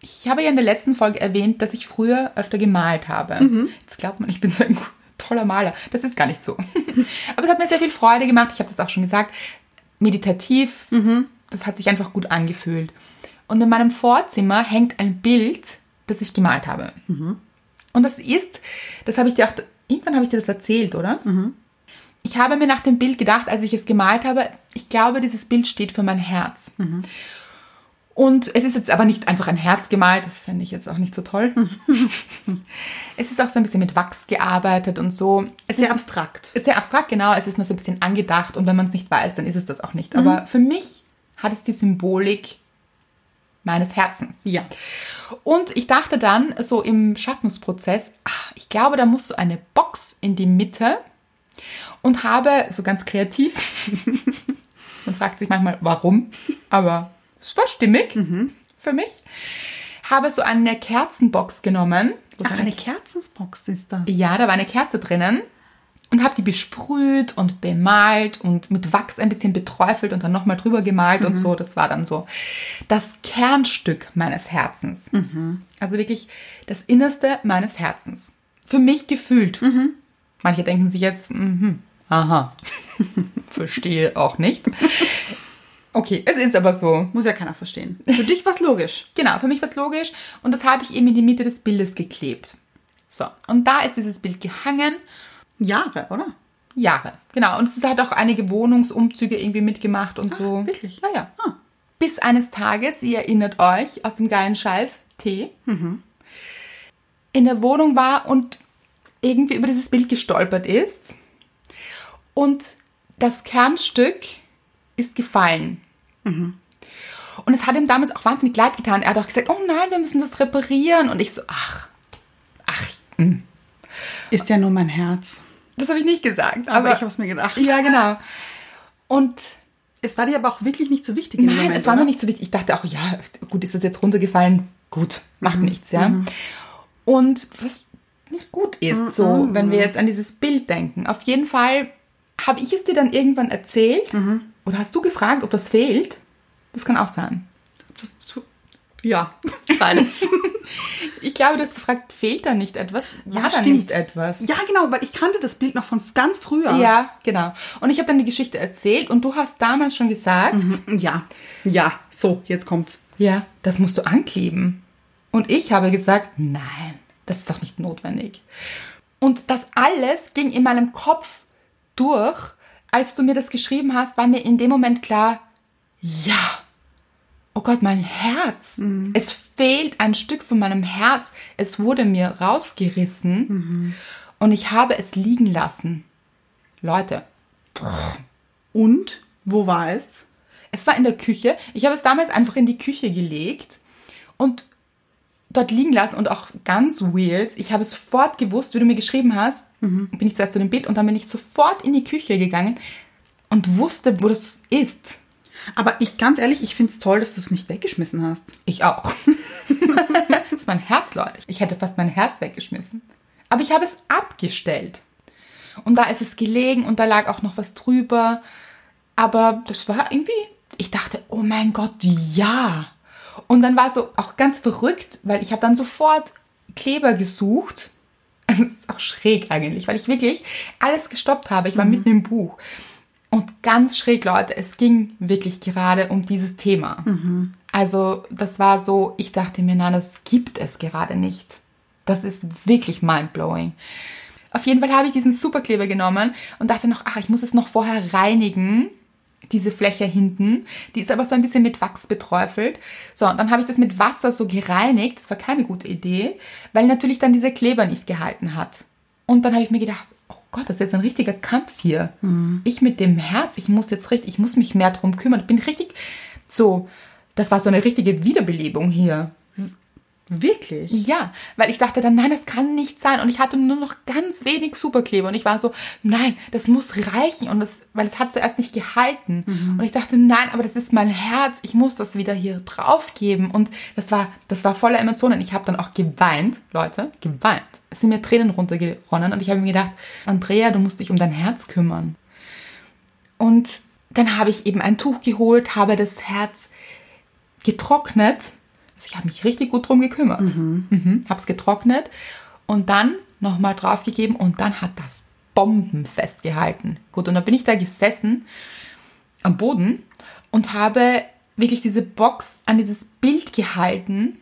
S1: Ich habe ja in der letzten Folge erwähnt, dass ich früher öfter gemalt habe. Jetzt glaubt man, ich bin so ein toller Maler. Das ist gar nicht so. [laughs] Aber es hat mir sehr viel Freude gemacht. Ich habe das auch schon gesagt. Meditativ. Das hat sich einfach gut angefühlt. Und in meinem Vorzimmer hängt ein Bild, das ich gemalt habe. Und das ist, das habe ich dir auch, irgendwann habe ich dir das erzählt, oder?
S2: Mhm.
S1: Ich habe mir nach dem Bild gedacht, als ich es gemalt habe, ich glaube, dieses Bild steht für mein Herz.
S2: Mhm.
S1: Und es ist jetzt aber nicht einfach ein Herz gemalt, das fände ich jetzt auch nicht so toll.
S2: [laughs]
S1: es ist auch so ein bisschen mit Wachs gearbeitet und so. Es
S2: Sehr
S1: ist
S2: abstrakt.
S1: Ist sehr abstrakt, genau. Es ist nur so ein bisschen angedacht und wenn man es nicht weiß, dann ist es das auch nicht. Aber
S2: Mhm.
S1: für mich hat es die Symbolik meines Herzens.
S2: Ja.
S1: Und ich dachte dann so im Schaffensprozess, ah, ich glaube, da muss so eine Box in die Mitte und habe so ganz kreativ, [laughs] man fragt sich manchmal warum, aber es war stimmig für mich, habe so eine Kerzenbox genommen. wo so
S2: Ach, eine Kerzenbox ist das.
S1: ja, da war eine Kerze drinnen und habe die besprüht und bemalt und mit Wachs ein bisschen beträufelt und dann nochmal drüber gemalt und so. Das war dann so das Kernstück meines Herzens. Also wirklich das Innerste meines Herzens. Für mich gefühlt. Manche denken sich jetzt, mhm, aha, [laughs] verstehe auch nicht. Okay, es ist aber so.
S2: Muss ja keiner verstehen. Für dich war es logisch.
S1: Genau, für mich war es logisch. Und das habe ich eben in die Mitte des Bildes geklebt. So, und da ist dieses Bild gehangen.
S2: Jahre, oder?
S1: Jahre, genau. Und es hat auch einige Wohnungsumzüge irgendwie mitgemacht und so.
S2: Ah, wirklich? Ah.
S1: Ja, ja. Bis eines Tages, ihr erinnert euch, aus dem geilen Scheiß, Tee,
S2: Mhm.
S1: in der Wohnung war und irgendwie über dieses Bild gestolpert ist. Und das Kernstück ist gefallen.
S2: Mhm.
S1: Und es hat ihm damals auch wahnsinnig leid getan. Er hat auch gesagt, oh nein, wir müssen das reparieren. Und ich so, ach, ach, mm.
S2: Ist ja nur mein Herz.
S1: das habe ich nicht gesagt.
S2: Aber,
S1: Aber,
S2: ich habe es mir gedacht.
S1: Ja, genau. Und
S2: Es war dir aber auch wirklich nicht so wichtig. im
S1: nein,
S2: Moment,
S1: es war mir
S2: oder?
S1: nicht so wichtig. Ich dachte auch, ja, gut, ist das jetzt runtergefallen? Gut,
S2: Mhm.
S1: macht nichts, ja. Und was nicht gut ist,
S2: Mhm.
S1: so, wenn wir jetzt an dieses Bild denken. Auf jeden Fall habe ich es dir dann irgendwann erzählt
S2: Mhm.
S1: oder hast du gefragt, ob das fehlt? Das kann auch sein.
S2: Das, so, ja, [laughs] beides.
S1: Ich glaube, du hast gefragt, fehlt da nicht etwas? War da
S2: stimmt.
S1: nicht etwas?
S2: ja, genau, weil ich kannte das Bild noch von ganz früher.
S1: Ja, genau. Und ich habe dann die Geschichte erzählt und du hast damals schon gesagt,
S2: Ja, ja, so, jetzt kommt's.
S1: Ja, das musst du ankleben. Und ich habe gesagt, nein, das ist doch nicht notwendig. Und das alles ging in meinem Kopf durch. Als du mir das geschrieben hast, war mir in dem Moment klar, ja, oh Gott, mein Herz. Es fehlt ein Stück von meinem Herz. Es wurde mir rausgerissen und ich habe es liegen lassen. Leute,
S2: Und wo war es?
S1: Es war in der Küche. Ich habe es damals einfach in die Küche gelegt und dort liegen lassen und auch ganz weird. Ich habe es sofort gewusst, wie du mir geschrieben hast. Bin ich zuerst zu dem Bild und dann bin ich sofort in die Küche gegangen und wusste, wo das ist.
S2: Aber ich, ganz ehrlich, ich find's toll, dass du es nicht weggeschmissen hast.
S1: Ich auch. [laughs] das ist mein Herz, Leute. Ich hätte fast mein Herz weggeschmissen. Aber ich habe es abgestellt. Und da ist es gelegen und da lag auch noch was drüber. Aber das war irgendwie, ich dachte, oh mein Gott, ja. Und dann war es so auch ganz verrückt, weil ich habe dann sofort Kleber gesucht. Also, Es ist auch schräg eigentlich, weil ich wirklich alles gestoppt habe. Ich war mitten im Buch. Und ganz schräg, Leute, es ging wirklich gerade um dieses Thema. Also das war so, ich dachte mir, na, das gibt es gerade nicht. Das ist wirklich mindblowing. Auf jeden Fall habe ich diesen Superkleber genommen und dachte noch, ach, ich muss es noch vorher reinigen, diese Fläche hinten. Die ist aber so ein bisschen mit Wachs beträufelt. So, und dann habe ich das mit Wasser so gereinigt. Das war keine gute Idee, weil natürlich dann dieser Kleber nicht gehalten hat. Und dann habe ich mir gedacht, oh Gott, das ist jetzt ein richtiger Kampf hier. Ich mit dem Herz, ich muss jetzt richtig, ich muss mich mehr drum kümmern. Ich bin richtig so, das war so eine richtige Wiederbelebung hier.
S2: Wirklich?
S1: Ja, weil ich dachte dann, nein, das kann nicht sein. Und ich hatte nur noch ganz wenig Superkleber. Und ich war so, nein, das muss reichen. Und das, weil es hat zuerst nicht gehalten. Und ich dachte, nein, aber das ist mein Herz. Ich muss das wieder hier draufgeben. Und das war, das war voller Emotionen. Ich habe dann auch geweint, Leute, geweint. Es sind mir Tränen runtergeronnen. Und ich habe mir gedacht, Andrea, du musst dich um dein Herz kümmern. Und dann habe ich eben ein Tuch geholt, habe das Herz getrocknet, Also ich habe mich richtig gut drum gekümmert. Mhm. Habe es getrocknet und dann nochmal draufgegeben und dann hat das Bomben festgehalten. Gut, und dann bin ich da gesessen am Boden und habe wirklich diese Box an dieses Bild gehalten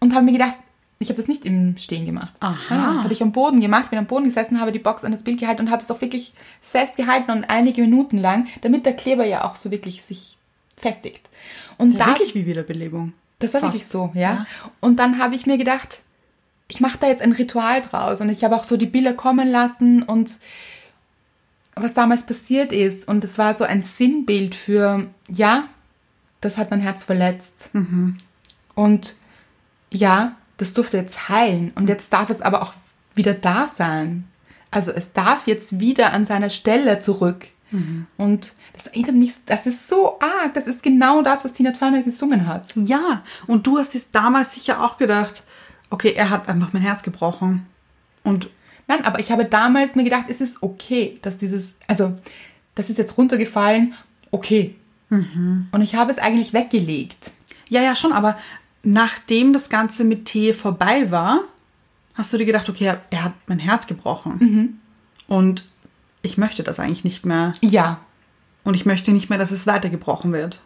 S1: und habe mir gedacht, ich habe das nicht im Stehen gemacht.
S2: Aha.
S1: das habe ich am Boden gemacht, bin am Boden gesessen, habe die Box an das Bild gehalten und habe es auch wirklich festgehalten und einige Minuten lang, damit der Kleber ja auch so wirklich sich festigt. Und
S2: Ja,
S1: da,
S2: wirklich wie Wiederbelebung.
S1: das war
S2: Fast.
S1: wirklich so, ja. Und dann habe ich mir gedacht, ich mache da jetzt ein Ritual draus und ich habe auch so die Bilder kommen lassen und was damals passiert ist und es war so ein Sinnbild für, ja, das hat mein Herz verletzt und ja, das durfte jetzt heilen und jetzt darf es aber auch wieder da sein. Also es darf jetzt wieder an seiner Stelle zurück. Und das erinnert mich, das ist so arg, das ist genau das, was Tina Turner gesungen hat.
S2: Ja, und du hast es damals sicher auch gedacht, okay, er hat einfach mein Herz gebrochen. Und
S1: Nein, aber ich habe damals mir gedacht, es ist okay, dass dieses, also das ist jetzt runtergefallen, okay. Und ich habe es eigentlich weggelegt.
S2: ja, ja, schon, aber nachdem das Ganze mit Tee vorbei war, hast du dir gedacht, okay, er, er hat mein Herz gebrochen. Und ich möchte das eigentlich nicht mehr.
S1: Ja,
S2: Und ich möchte nicht mehr, dass es weiter gebrochen wird.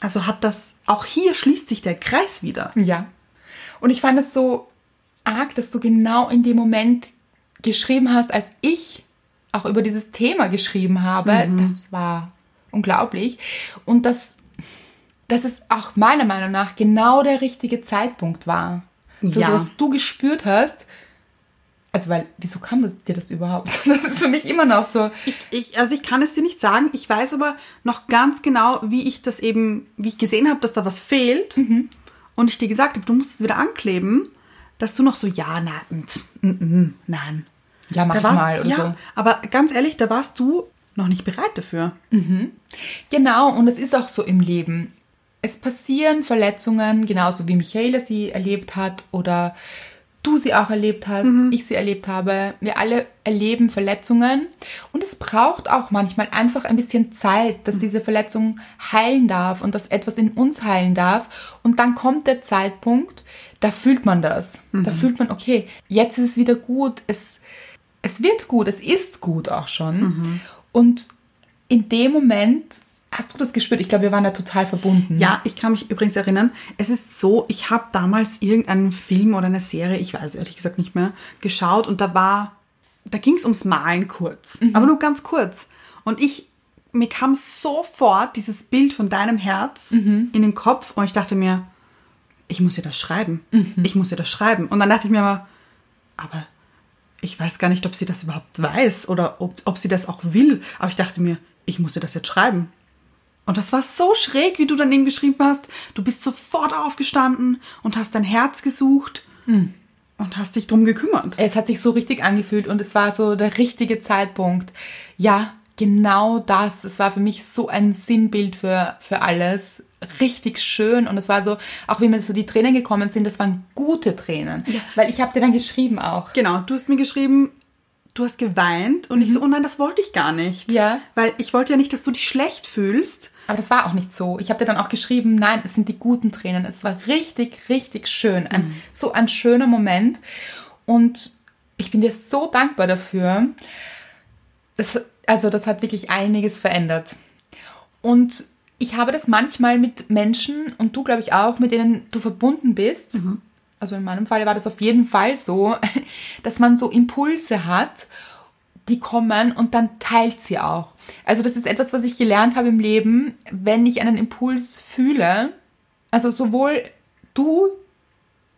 S2: Also hat das, auch hier schließt sich der Kreis wieder.
S1: ja. Und ich fand es so arg, dass du genau in dem Moment geschrieben hast, als ich auch über dieses Thema geschrieben habe.
S2: Mhm.
S1: Das war unglaublich. Und das, dass es auch meiner Meinung nach genau der richtige Zeitpunkt war. So,
S2: Ja.
S1: dass du gespürt hast, Also, weil, wieso kam das, dir das überhaupt? [laughs] Das ist für mich immer noch so.
S2: Ich, also ich kann es dir nicht sagen. Ich weiß aber noch ganz genau, wie ich das eben, wie ich gesehen habe, dass da was fehlt.
S1: Mhm.
S2: Und ich dir gesagt habe, du musst es wieder ankleben, dass du noch so, ja, na, mm, tz, mm, mm, nein.
S1: Ja, mach
S2: Da
S1: ich
S2: warst-
S1: mal oder
S2: ja,
S1: so.
S2: aber ganz ehrlich, da warst du noch nicht bereit dafür.
S1: Genau, und es ist auch so im Leben. Es passieren Verletzungen, genauso wie Michaela sie erlebt hat oder du sie auch erlebt hast, ich sie erlebt habe. Wir alle erleben Verletzungen und es braucht auch manchmal einfach ein bisschen Zeit, dass diese Verletzung heilen darf und dass etwas in uns heilen darf. Und dann kommt der Zeitpunkt, da fühlt man das. Da fühlt man, okay, jetzt ist es wieder gut, es, es wird gut, es ist gut auch schon. Und in dem Moment hast du das gespürt. Ich glaube, wir waren da total verbunden.
S2: Ja, ich kann mich übrigens erinnern, es ist so, ich habe damals irgendeinen Film oder eine Serie, ich weiß ehrlich gesagt nicht mehr, geschaut und da war, da ging es ums Malen kurz, aber nur ganz kurz. Und ich, mir kam sofort dieses Bild von deinem Herz in den Kopf und ich dachte mir, ich muss ihr das schreiben, ich muss ihr das schreiben. Und dann dachte ich mir aber, aber ich weiß gar nicht, ob sie das überhaupt weiß oder ob, ob sie das auch will. Aber ich dachte mir, ich muss ihr das jetzt schreiben. Und das war so schräg, wie du dann eben geschrieben hast. Du bist sofort aufgestanden und hast dein Herz gesucht
S1: Hm.
S2: und hast dich drum gekümmert.
S1: Es hat sich so richtig angefühlt und es war so der richtige Zeitpunkt. Ja, genau das. Es war für mich so ein Sinnbild für, für alles. Richtig schön und es war so, auch wie mir so die Tränen gekommen sind, das waren gute Tränen. Weil ich habe dir dann geschrieben auch.
S2: Genau, du hast mir geschrieben, du hast geweint und ich so, oh nein, das wollte ich gar nicht.
S1: Mhm. Ja.
S2: Weil ich wollte ja nicht, dass du dich schlecht fühlst.
S1: Aber das war auch nicht so. Ich habe dir dann auch geschrieben, nein, es sind die guten Tränen. Es war richtig, richtig schön. Ein, So ein schöner Moment. Und ich bin dir so dankbar dafür. Das, also das hat wirklich einiges verändert. Und ich habe das manchmal mit Menschen und du, glaube ich, auch, mit denen du verbunden bist. Also in meinem Fall war das auf jeden Fall so, [laughs] dass man so Impulse hat, die kommen und dann teilt sie auch. Also das ist etwas, was ich gelernt habe im Leben, wenn ich einen Impuls fühle. Also sowohl du,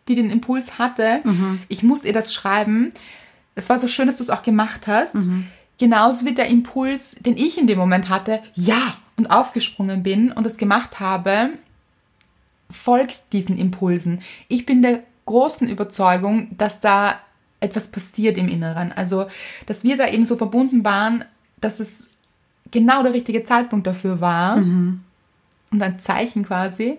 S1: die den Impuls hatte, ich muss ihr das schreiben. Es war so schön, dass du es auch gemacht hast. Genauso wie der Impuls, den ich in dem Moment hatte, ja, und aufgesprungen bin und es gemacht habe, folgt diesen Impulsen. Ich bin der großen Überzeugung, dass da etwas passiert im Inneren. Also, dass wir da eben so verbunden waren, dass es genau der richtige Zeitpunkt dafür war und ein Zeichen quasi.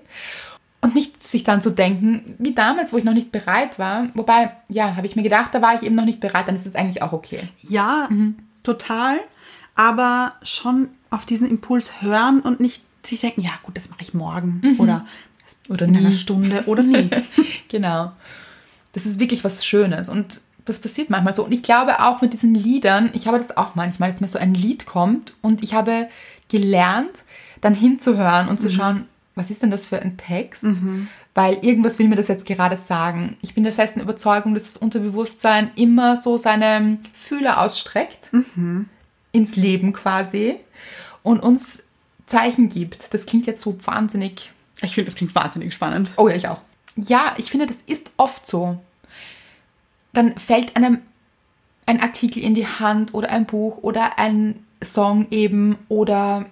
S1: Und nicht sich dann zu denken, wie damals, wo ich noch nicht bereit war. Wobei, ja, habe ich mir gedacht, da war ich eben noch nicht bereit, dann ist es eigentlich auch okay.
S2: Ja,
S1: Mhm.
S2: total. Aber schon auf diesen Impuls hören und nicht sich denken, ja gut, das mache ich morgen. Oder
S1: Mhm. Oder
S2: in einer
S1: nie.
S2: Stunde
S1: [laughs]
S2: oder nie.
S1: Genau. Das ist wirklich was Schönes und das passiert manchmal so. Und ich glaube auch mit diesen Liedern, ich habe das auch manchmal, dass mir so ein Lied kommt und ich habe gelernt, dann hinzuhören und zu schauen, was ist denn das für ein Text? Weil irgendwas will mir das jetzt gerade sagen. Ich bin der festen Überzeugung, dass das Unterbewusstsein immer so seine Fühler ausstreckt ins Leben quasi und uns Zeichen gibt. Das klingt jetzt so wahnsinnig
S2: Ich finde, das klingt wahnsinnig spannend.
S1: Oh ja, ich auch. Ja, ich finde, das ist oft so. Dann fällt einem ein Artikel in die Hand oder ein Buch oder ein Song eben oder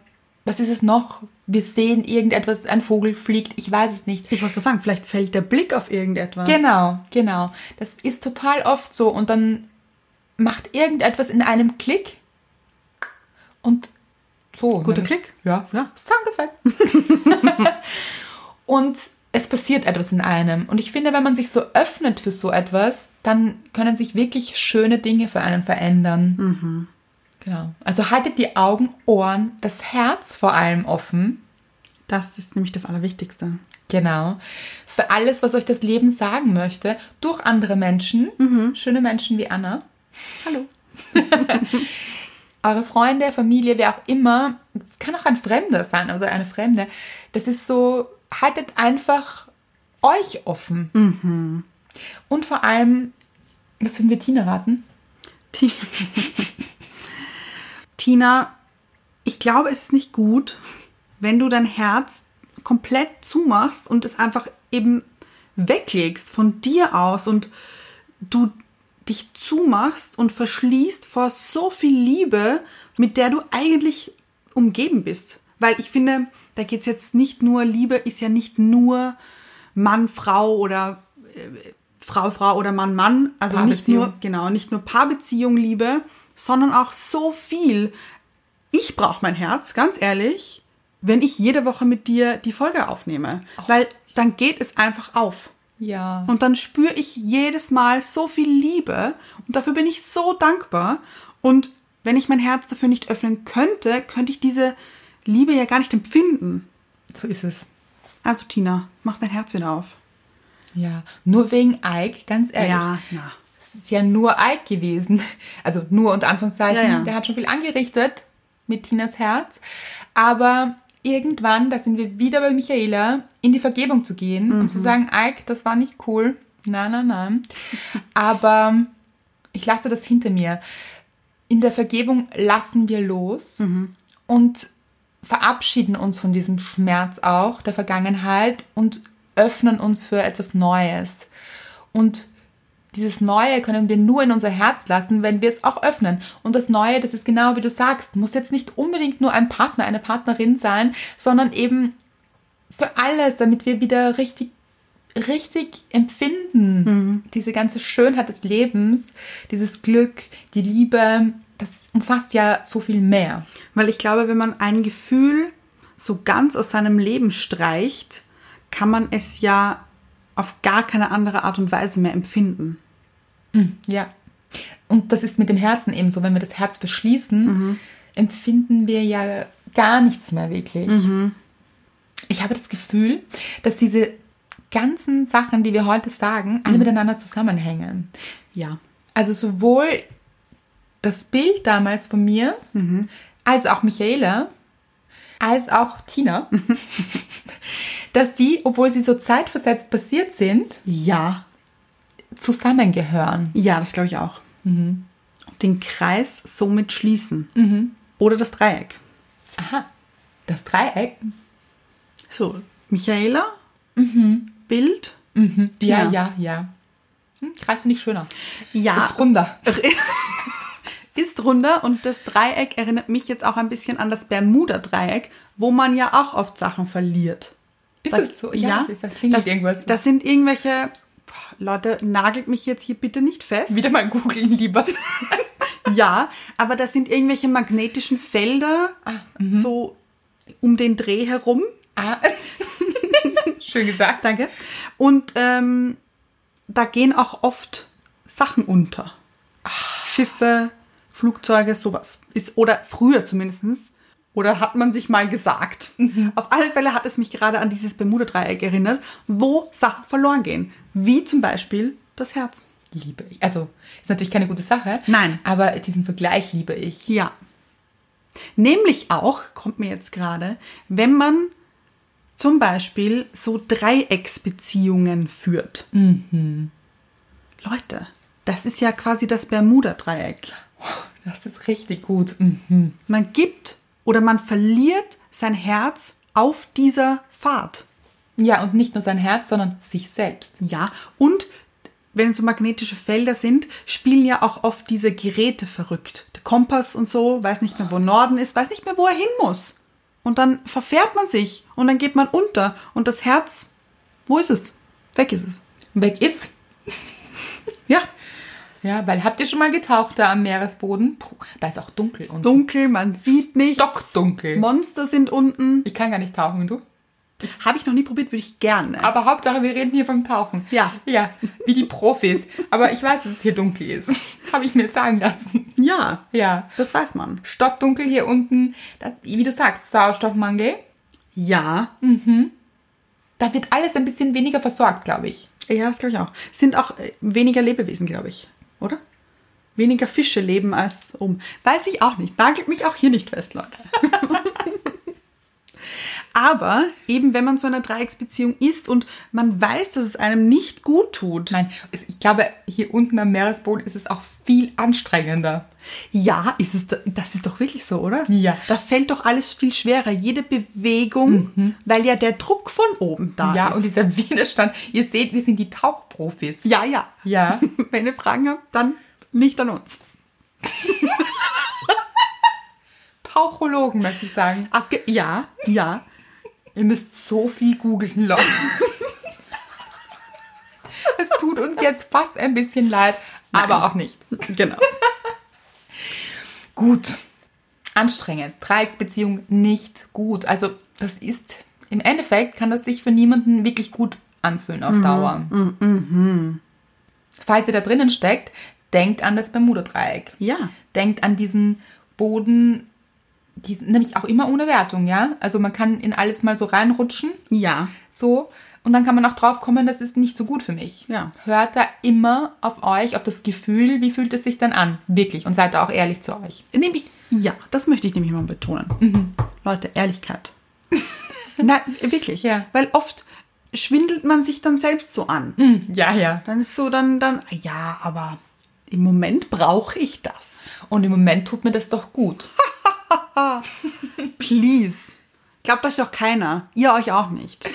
S1: was ist es noch? Wir sehen irgendetwas, ein Vogel fliegt, ich weiß es nicht.
S2: Ich wollte gerade sagen, vielleicht fällt der Blick auf irgendetwas.
S1: Genau, genau. Das ist total oft so und dann macht irgendetwas in einem Klick und so.
S2: Guter
S1: ne?
S2: Klick?
S1: Ja,
S2: Ja.
S1: Soundeffekt. [laughs] und es passiert etwas in einem. Und ich finde, wenn man sich so öffnet für so etwas, dann können sich wirklich schöne Dinge für einen verändern. Genau. Also haltet die Augen, Ohren, das Herz vor allem offen.
S2: Das ist nämlich das Allerwichtigste.
S1: Genau. Für alles, was euch das Leben sagen möchte, durch andere Menschen, schöne Menschen wie Anna,
S2: Mhm. Hallo.
S1: [laughs] eure Freunde, Familie, wer auch immer, es kann auch ein Fremder sein oder eine Fremde. Das ist so, haltet einfach euch offen.
S2: Mhm.
S1: Und vor allem, was würden wir Tina raten?
S2: Ti- [laughs] Tina, ich glaube, es ist nicht gut, wenn du dein Herz komplett zumachst und es einfach eben weglegst von dir aus und du dich zumachst und verschließt vor so viel Liebe, mit der du eigentlich umgeben bist. Weil ich finde, da geht es jetzt nicht nur, Liebe ist ja nicht nur Mann, Frau oder äh, Frau, Frau oder Mann, Mann. Also nicht
S1: Paarbeziehung.
S2: nur, genau, nicht nur Paarbeziehung, Liebe, sondern auch so viel. Ich brauche mein Herz, ganz ehrlich, wenn ich jede Woche mit dir die Folge aufnehme. Weil dann geht es einfach auf.
S1: Ja.
S2: Und dann spüre ich jedes Mal so viel Liebe und dafür bin ich so dankbar. Und wenn ich mein Herz dafür nicht öffnen könnte, könnte ich diese Liebe ja gar nicht empfinden.
S1: So ist es.
S2: Also Tina, mach dein Herz wieder auf.
S1: Ja. Nur wegen Ike, ganz ehrlich.
S2: Ja, na.
S1: Es ist ja nur Ike gewesen. Also nur unter Anführungszeichen.
S2: Ja, ja.
S1: Der hat schon viel angerichtet mit Tinas Herz. Aber irgendwann, da sind wir wieder bei Michaela, in die Vergebung zu gehen und
S2: Mhm.
S1: zu sagen, Ike, das war nicht cool. Na, na, na. Aber ich lasse das hinter mir. In der Vergebung lassen wir los
S2: Mhm.
S1: und verabschieden uns von diesem Schmerz auch der Vergangenheit und öffnen uns für etwas Neues. Und dieses Neue können wir nur in unser Herz lassen, wenn wir es auch öffnen. Und das Neue, das ist genau wie du sagst, muss jetzt nicht unbedingt nur ein Partner, eine Partnerin sein, sondern eben für alles, damit wir wieder richtig, richtig empfinden. Diese ganze Schönheit des Lebens, dieses Glück, die Liebe, das umfasst ja so viel mehr.
S2: Weil ich glaube, wenn man ein Gefühl so ganz aus seinem Leben streicht, kann man es ja auf gar keine andere Art und Weise mehr empfinden.
S1: Ja. Und das ist mit dem Herzen ebenso. Wenn wir das Herz verschließen, empfinden wir ja gar nichts mehr wirklich. Ich habe das Gefühl, dass diese ganzen Sachen, die wir heute sagen, alle miteinander zusammenhängen.
S2: Ja.
S1: Also sowohl das Bild damals von mir, als auch Michaela, als auch Tina, dass die, obwohl sie so zeitversetzt passiert sind,
S2: Ja.
S1: zusammengehören.
S2: Ja, das glaube ich auch. Mhm. Und den Kreis somit schließen. Oder das Dreieck.
S1: Aha. Das Dreieck?
S2: So, Michaela, Bild.
S1: Ja,
S2: Ja.
S1: ja, ja. Hm, Kreis finde ich schöner.
S2: Ja,
S1: Ist runder.
S2: ist runder und das Dreieck erinnert mich jetzt auch ein bisschen an das Bermuda-Dreieck, wo man ja auch oft Sachen verliert.
S1: Ist
S2: Sag-
S1: es so? Ja, ist- da klingelt
S2: das,
S1: irgendwas.
S2: Das sind irgendwelche, boah, Leute, nagelt mich jetzt hier bitte nicht fest.
S1: Wieder mal googeln lieber.
S2: [laughs]
S1: [laughs]
S2: Ja, aber das sind irgendwelche magnetischen Felder, so
S1: mhm.
S2: um den Dreh herum.
S1: Ah. Schön gesagt.
S2: Danke. Und ähm, da gehen auch oft Sachen unter. Schiffe, Flugzeuge, sowas. Ist, oder früher zumindest. Oder hat man sich mal gesagt. Auf alle Fälle hat es mich gerade an dieses Bermuda-Dreieck erinnert, wo Sachen verloren gehen. Wie zum Beispiel das Herz.
S1: Liebe ich. Also, ist natürlich keine gute Sache.
S2: Nein.
S1: Aber diesen Vergleich liebe ich.
S2: Ja. Nämlich auch, kommt mir jetzt gerade, wenn man zum Beispiel so Dreiecksbeziehungen führt. Leute, das ist ja quasi das Bermuda-Dreieck.
S1: Das ist richtig gut. Mhm.
S2: Man gibt oder man verliert sein Herz auf dieser Fahrt.
S1: Ja, und nicht nur sein Herz, sondern sich selbst.
S2: Ja, und wenn so magnetische Felder sind, spielen ja auch oft diese Geräte verrückt. Der Kompass und so, weiß nicht mehr, wo Norden ist, weiß nicht mehr, wo er hin muss. Und dann verfährt man sich und dann geht man unter und das Herz, wo ist es? Weg ist es.
S1: Weg ist.
S2: Ja,
S1: Ja, weil habt ihr schon mal getaucht da am Meeresboden? Puh, da ist auch dunkel und
S2: dunkel, man sieht nichts.
S1: stockdunkel.
S2: Monster sind unten.
S1: Ich kann gar nicht tauchen, du?
S2: Habe ich noch nie probiert, würde ich gerne.
S1: Aber Hauptsache, wir reden hier vom Tauchen.
S2: Ja.
S1: Ja, wie die Profis. Aber ich weiß, dass es hier dunkel ist. [laughs] Habe ich mir sagen lassen.
S2: ja,
S1: Ja.
S2: das weiß man.
S1: Stockdunkel hier unten. Da, wie du sagst, Sauerstoffmangel.
S2: Ja,
S1: Da wird alles ein bisschen weniger versorgt, glaube ich.
S2: ja, das glaube ich auch. Sind auch äh, weniger Lebewesen, glaube ich, oder? Weniger Fische leben als um. Weiß ich auch nicht. Nagelt mich auch hier nicht fest, Leute. [laughs] Aber eben, wenn man so in einer Dreiecksbeziehung ist und man weiß, dass es einem nicht gut tut,
S1: Nein, es- ich glaube, hier unten am Meeresboden ist es auch viel anstrengender.
S2: Ja, ist es, da- das ist doch wirklich so, oder?
S1: Ja.
S2: Da fällt doch alles viel schwerer, jede Bewegung, weil ja der Druck von oben da
S1: Mhm. ja,
S2: Ah, ist.
S1: und dieser [laughs] Widerstand. Ihr seht, wir sind die Tauchprofis.
S2: ja, ja. [laughs]
S1: Ja.
S2: Wenn ihr Fragen habt, dann nicht an uns.
S1: Tauchologen, möchte ich sagen.
S2: Abge ja, ja.
S1: Ihr müsst so viel googeln, Leute. es tut uns jetzt fast ein bisschen leid, aber auch nicht.
S2: genau.
S1: Gut. Anstrengend. Dreiecksbeziehung nicht gut. Also, das ist, im Endeffekt kann das sich für niemanden wirklich gut anfühlen auf Dauer. Falls ihr da drinnen steckt, denkt an das Bermuda-Dreieck.
S2: Ja.
S1: Denkt an diesen Boden, die sind nämlich auch immer ohne Wertung, ja? Also, man kann in alles mal so reinrutschen.
S2: Ja.
S1: So. Und dann kann man auch drauf kommen, das ist nicht so gut für mich.
S2: Ja.
S1: Hört da immer auf euch, auf das Gefühl, wie fühlt es sich dann an? Wirklich. Und seid da auch ehrlich zu euch.
S2: Nämlich, ja, das möchte ich nämlich mal betonen. Leute, Ehrlichkeit. Nein, wirklich.
S1: Ja.
S2: Weil oft schwindelt man sich dann selbst so an.
S1: Mhm. Hm, Ja, ja.
S2: Dann ist so dann, dann, ah ja, aber im Moment brauche ich das.
S1: Und im Moment tut mir das doch gut.
S2: Please. Glaubt euch doch keiner. Ihr euch auch nicht.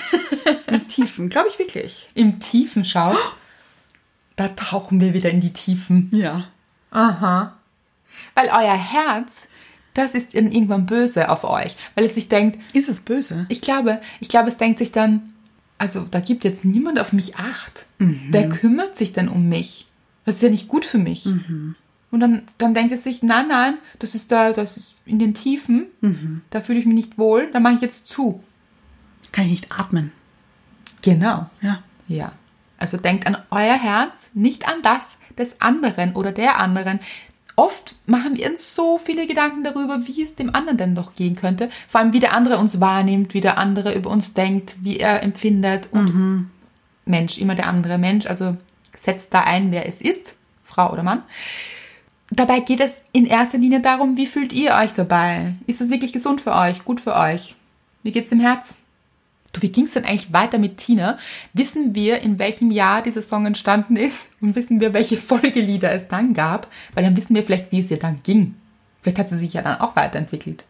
S2: Im Tiefen, glaube ich wirklich.
S1: Im Tiefen schaut, da tauchen wir wieder in die Tiefen.
S2: Ja.
S1: Weil euer Herz, das ist dann irgendwann böse auf euch. Weil es sich denkt,
S2: Ist es böse?
S1: Ich glaube, ich glaube, es denkt sich dann, also da gibt jetzt niemand auf mich acht. Wer kümmert sich denn um mich? Das ist ja nicht gut für mich. Und dann, dann denkt es sich, nein, nein, das ist da, das ist in den Tiefen, da fühle ich mich nicht wohl, da mache ich jetzt zu.
S2: Kann ich nicht atmen.
S1: Genau.
S2: Ja.
S1: Ja. Also denkt an euer Herz, nicht an das des anderen oder der anderen. Oft machen wir uns so viele Gedanken darüber, wie es dem anderen denn doch gehen könnte. Vor allem, wie der andere uns wahrnimmt, wie der andere über uns denkt, wie er empfindet. Und Mensch, immer der andere Mensch. Also setzt da ein, wer es ist, Frau oder Mann. Dabei geht es in erster Linie darum, wie fühlt ihr euch dabei? Ist es wirklich gesund für euch, gut für euch? Wie geht's dem Herz? Du, wie ging es denn eigentlich weiter mit Tina? Wissen wir, in welchem Jahr dieser Song entstanden ist? Und wissen wir, welche Folgelieder es dann gab? Weil dann wissen wir vielleicht, wie es ihr dann ging. Vielleicht hat sie sich ja dann auch weiterentwickelt.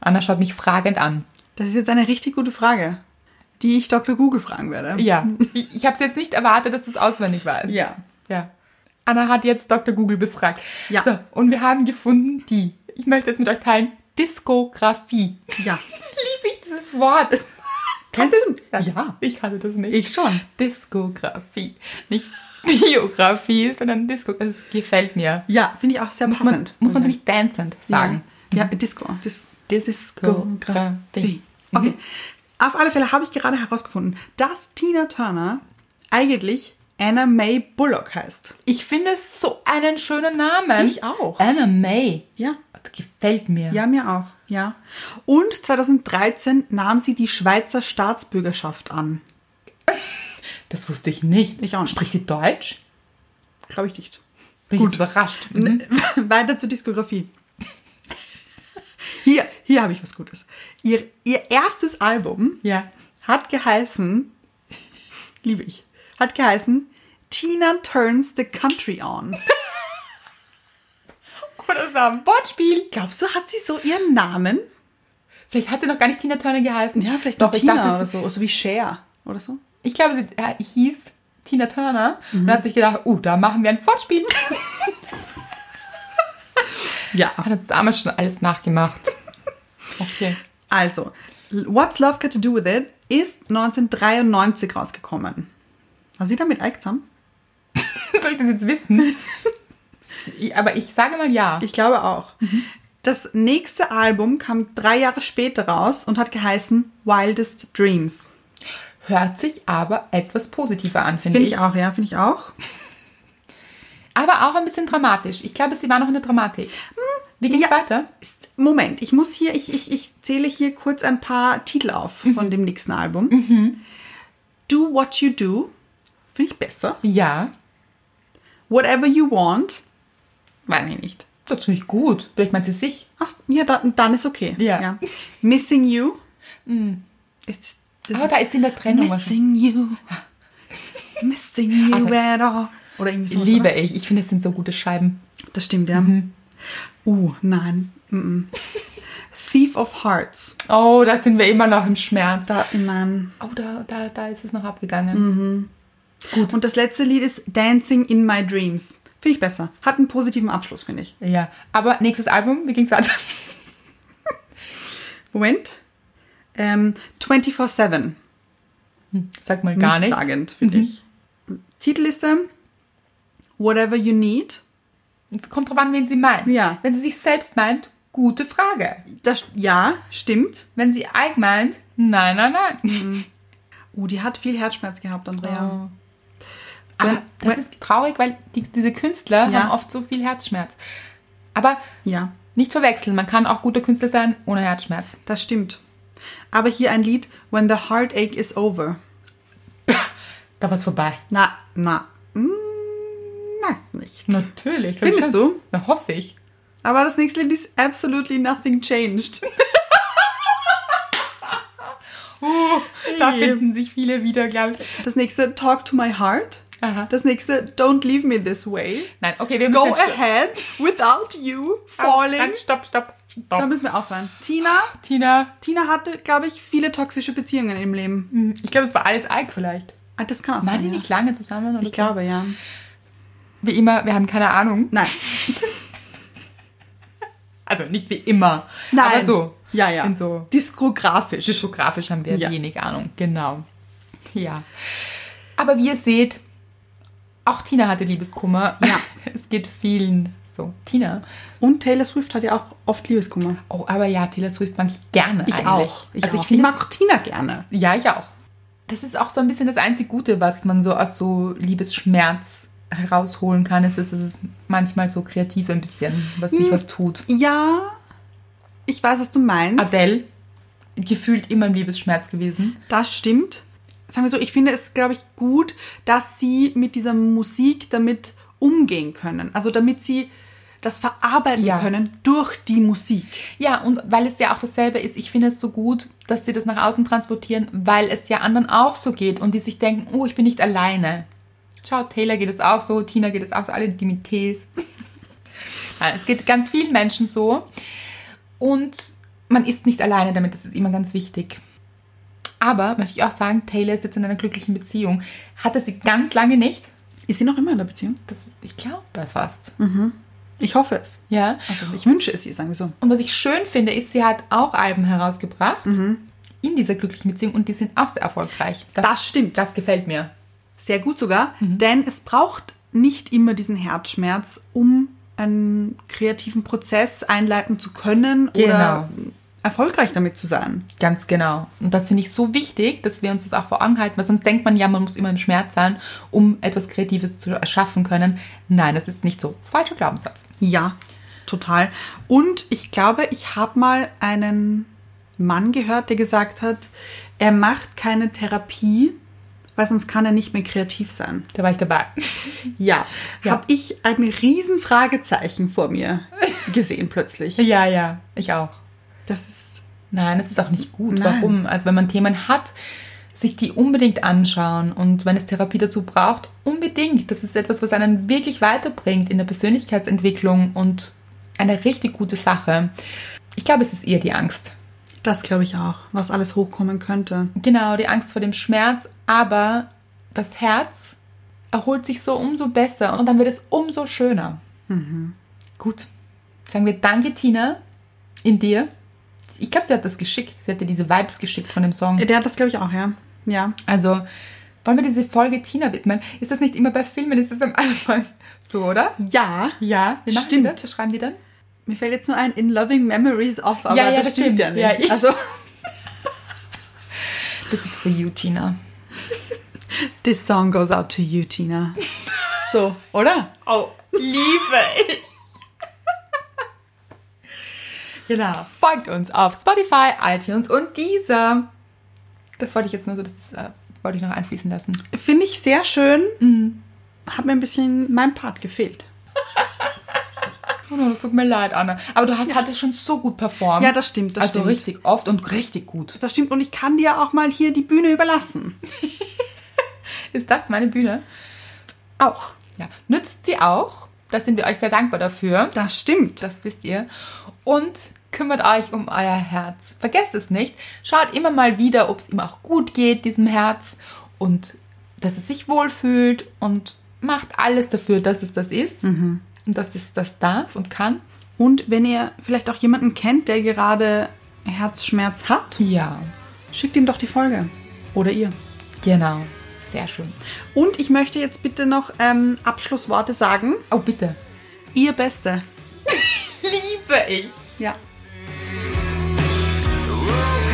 S1: Anna schaut mich fragend an.
S2: Das ist jetzt eine richtig gute Frage, die ich Dr. Google fragen werde. [laughs]
S1: Ja, ich, ich habe es jetzt nicht erwartet, dass du es auswendig weißt.
S2: Ja.
S1: Ja. Anna hat jetzt Dr. Google befragt.
S2: Ja.
S1: So, und wir haben gefunden die, ich möchte es mit euch teilen, Diskografie. [laughs]
S2: Ja.
S1: Liebe ich dieses Wort.
S2: Kennst du?
S1: Ja,
S2: Ja.
S1: ich kannte das nicht.
S2: Ich schon.
S1: Diskografie. Nicht [laughs] Biografie, sondern Disco. Das gefällt mir.
S2: Ja, finde ich auch sehr
S1: Muss man,
S2: passend. Mhm.
S1: muss man nicht dancend sagen.
S2: Ja, ja Disco. Dis
S1: Diskografie.
S2: Okay. Auf alle Fälle habe ich gerade herausgefunden, dass Tina Turner eigentlich Anna May Bullock heißt.
S1: Ich finde es so einen schönen Namen.
S2: Ich auch.
S1: Anna May.
S2: Ja.
S1: Das gefällt mir.
S2: Ja, mir auch. Ja. Und 2013 nahm sie die Schweizer Staatsbürgerschaft an.
S1: Das wusste ich nicht.
S2: Ich auch nicht.
S1: Spricht sie Deutsch?
S2: Glaube ich nicht.
S1: Bin Gut. ich jetzt überrascht.
S2: Ne.
S1: Mhm.
S2: [laughs] Weiter zur Diskografie. Hier, hier habe ich was Gutes. Ihr, ihr erstes Album
S1: Ja.
S2: hat geheißen, liebe ich, hat geheißen Tina Turns the Country On.
S1: Oder das war ein Wortspiel.
S2: Glaubst du, hat sie so ihren Namen?
S1: Vielleicht hat sie noch gar nicht Tina Turner geheißen.
S2: Ja, vielleicht
S1: Doch,
S2: noch
S1: ich
S2: Tina
S1: dachte,
S2: oder
S1: sie-
S2: so. Oder so wie Cher oder so.
S1: Ich glaube, sie äh, hieß Tina Turner
S2: Mhm.
S1: und hat sich gedacht, oh, da machen wir ein Wortspiel.
S2: Ja.
S1: hat uns damals schon alles [laughs] nachgemacht. Okay.
S2: Also, What's Love Got to Do With It ist 1993 rausgekommen. War sie damit eingesam?
S1: Soll ich das jetzt wissen? Aber ich sage mal ja.
S2: Ich glaube auch. Das nächste Album kam drei Jahre später raus und hat geheißen Wildest Dreams.
S1: Hört sich aber etwas positiver an, finde
S2: Finde
S1: ich.
S2: ich auch, ja, finde ich auch.
S1: Aber auch ein bisschen dramatisch. Ich glaube, sie war noch in der Dramatik. Wie geht's
S2: Ja.
S1: weiter?
S2: Ist- Moment, ich muss hier, ich, ich, ich zähle hier kurz ein paar Titel auf
S1: Mhm.
S2: von dem nächsten Album. Do What You Do, finde ich besser.
S1: Ja.
S2: Whatever You Want, weiß ich nicht.
S1: Das ist nicht gut. Vielleicht meint sie sich.
S2: Ach, ja, da, dann ist okay.
S1: Ja. Mhm.
S2: Missing You. Ist, das
S1: Aber da ist sie in der Trennung. wahrscheinlich. Ah.
S2: Missing you. Missing you
S1: Also-
S2: at all. Oder irgendwie sowas,
S1: Liebe Mhm.
S2: Oder?
S1: ich. Ich finde, es sind so gute Scheiben.
S2: Das stimmt, ja. Uh, nein. Mm-mm. Thief of Hearts.
S1: Oh, da sind wir immer noch im Schmerz.
S2: Da, nein.
S1: Oh, da, da, da ist es noch abgegangen.
S2: Gut. Und das letzte Lied ist Dancing in My Dreams. Finde ich besser. Hat einen positiven Abschluss, finde ich.
S1: Ja. Aber nächstes Album, wie ging's weiter? [laughs]
S2: Moment. Ähm, 24-7.
S1: Sag mal gar nichts. Mhm.
S2: Sagend, finde ich. Titelliste. Whatever You Need.
S1: Es kommt drauf an, wen sie meint.
S2: Ja.
S1: Wenn sie sich selbst meint, gute Frage.
S2: Das, ja, stimmt.
S1: Wenn sie Ike meint, nein, nein, nein.
S2: Uh, die hat viel Herzschmerz gehabt, Andrea.
S1: Oh. Aber
S2: Wenn-
S1: das
S2: wenn-
S1: ist traurig, weil die, diese Künstler
S2: Ja.
S1: haben oft so viel Herzschmerz. Aber
S2: Ja,
S1: nicht verwechseln, man kann auch guter Künstler sein ohne Herzschmerz.
S2: das stimmt. Aber hier ein Lied, When the Heartache is Over.
S1: Da war's vorbei.
S2: Na, na, mm, weiß nicht.
S1: Natürlich. glaub
S2: Findest
S1: ich schon.
S2: du?
S1: Na, hoffe ich.
S2: Aber das nächste Lied ist Absolutely Nothing Changed.
S1: Da
S2: Oh, Je.
S1: finden sich viele wieder, glaube ich.
S2: Das nächste Talk to My Heart.
S1: Aha.
S2: Das nächste Don't Leave Me This Way.
S1: Nein, okay, wir müssen.
S2: Go
S1: jetzt sto-
S2: ahead without you
S1: Nein,
S2: falling.
S1: stopp, stopp,
S2: Da
S1: stopp.
S2: müssen wir aufhören. Tina,
S1: Tina,
S2: Tina hatte, glaube ich, viele toxische Beziehungen im Leben.
S1: hm, ich glaube, es war alles Ike vielleicht.
S2: Ah, Das kann
S1: Waren
S2: auch sein.
S1: die
S2: ja.
S1: nicht lange zusammen? Oder
S2: Ich glaube, ja.
S1: So? Wie immer, wir haben keine Ahnung.
S2: Nein.
S1: Also nicht wie immer.
S2: Nein.
S1: Aber so.
S2: Ja, ja.
S1: In so
S2: Diskografisch.
S1: Discografisch haben wir
S2: Ja.
S1: wenig Ahnung, genau. Ja. Aber wie ihr seht, auch Tina hatte Liebeskummer.
S2: Ja.
S1: [laughs] Es geht vielen so. Tina.
S2: Und Taylor Swift hat ja auch oft Liebeskummer.
S1: Oh, aber ja, Taylor Swift mag ich gerne.
S2: Ich
S1: eigentlich.
S2: auch. Ich,
S1: also
S2: auch.
S1: ich finde
S2: mag auch Tina gerne.
S1: Ja, ich auch. Das ist auch so ein bisschen das einzig Gute, was man so aus so Liebesschmerz herausholen kann. Es ist, dass es manchmal so kreativ ein bisschen, was sich was tut.
S2: Ja, ich weiß, was du meinst.
S1: Adele, gefühlt immer im Liebesschmerz gewesen.
S2: das stimmt. Sagen wir so, ich finde es, glaube ich, gut, dass sie mit dieser Musik damit umgehen können. Also damit sie das verarbeiten
S1: Ja.
S2: können durch die Musik.
S1: Ja, und weil es ja auch dasselbe ist, ich finde es so gut, dass sie das nach außen transportieren, weil es ja anderen auch so geht und die sich denken, oh, ich bin nicht alleine. Schau, Taylor geht es auch so, Tina geht es auch so, alle die mit Tees. [laughs] Nein, Es geht ganz vielen Menschen so und man ist nicht alleine damit, das ist immer ganz wichtig. Aber, möchte ich auch sagen, Taylor ist jetzt in einer glücklichen Beziehung. Hatte sie ganz lange nicht.
S2: Ist sie noch immer in der Beziehung?
S1: Das, ich glaube fast.
S2: Ich hoffe es.
S1: Ja.
S2: Also ich wünsche es ihr, sagen wir so.
S1: Und was ich schön finde, ist, sie hat auch Alben herausgebracht in dieser glücklichen Beziehung und die sind auch sehr erfolgreich.
S2: Das Mhm. stimmt.
S1: das gefällt mir.
S2: Sehr gut sogar, denn es braucht nicht immer diesen Herzschmerz, um einen kreativen Prozess einleiten zu können
S1: Genau.
S2: oder erfolgreich damit zu sein.
S1: Ganz genau. Und das finde ich so wichtig, dass wir uns das auch vor Augen halten, weil sonst denkt man ja, man muss immer im Schmerz sein, um etwas Kreatives zu erschaffen können. Nein, das ist nicht so. Falscher Glaubenssatz.
S2: Ja, total. Und ich glaube, ich habe mal einen Mann gehört, der gesagt hat, er macht keine Therapie, weil sonst kann er nicht mehr kreativ sein.
S1: Da war ich dabei. [laughs]
S2: Ja,
S1: Ja.
S2: habe ich ein riesen Fragezeichen vor [laughs] mir gesehen plötzlich.
S1: Ja, ja, ich auch.
S2: Das ist
S1: Nein, das ist auch nicht gut.
S2: Nein.
S1: Warum? Also wenn man Themen hat, sich die unbedingt anschauen und wenn es Therapie dazu braucht, unbedingt. Das ist etwas, was einen wirklich weiterbringt in der Persönlichkeitsentwicklung und eine richtig gute Sache. Ich glaube, es ist eher die Angst.
S2: das glaube ich auch, was alles hochkommen könnte.
S1: Genau, die Angst vor dem Schmerz, aber das Herz erholt sich so umso besser und dann wird es umso schöner. Gut. Sagen wir Danke, Tina, in dir. Ich glaube, sie hat das geschickt. Sie hat dir diese Vibes geschickt von dem Song.
S2: Der hat das glaube ich auch, ja. Ja.
S1: Also, wollen wir diese Folge Tina widmen? Ist das nicht immer bei Filmen? Ist das am Anfang [laughs] so, oder?
S2: Ja,
S1: Ja, wir machen
S2: Stimmt.
S1: Die das. Was schreiben die dann?
S2: mir fällt jetzt nur ein In Loving Memories auf, aber
S1: Ja, ja,
S2: das,
S1: das
S2: stimmt ja
S1: stimmt.
S2: nicht.
S1: Ja, ich-
S2: also
S1: [laughs] Das ist for you, Tina.
S2: This song goes out to you, Tina. So, oder?
S1: [laughs] Oh, liebe ich. genau. Folgt uns auf Spotify, iTunes und dieser. Das wollte ich jetzt nur so, das äh, wollte ich noch einfließen lassen.
S2: Finde ich sehr schön. Hat mir ein bisschen mein Part gefehlt.
S1: Oh, das tut mir leid, Anna. Aber du hast hattest schon so gut performt.
S2: Ja, das stimmt, das
S1: also
S2: stimmt.
S1: richtig oft und richtig gut.
S2: Das stimmt, und ich kann dir auch mal hier die Bühne überlassen.
S1: Ist das meine Bühne?
S2: Auch.
S1: Ja, nützt sie auch. Da sind wir euch sehr dankbar dafür.
S2: Das stimmt.
S1: Das wisst ihr. Und kümmert euch um euer Herz. Vergesst es nicht. Schaut immer mal wieder, ob es ihm auch gut geht, diesem Herz. Und dass es sich wohlfühlt. Und macht alles dafür, dass es das ist. Und dass es das darf und kann.
S2: Und wenn ihr vielleicht auch jemanden kennt, der gerade Herzschmerz hat,
S1: Ja,
S2: schickt ihm doch die Folge. Oder ihr.
S1: genau. Sehr schön.
S2: Und ich möchte jetzt bitte noch ähm, Abschlussworte sagen.
S1: Oh, bitte.
S2: Ihr Beste.
S1: Liebe ich.
S2: Ja.
S5: Whoa,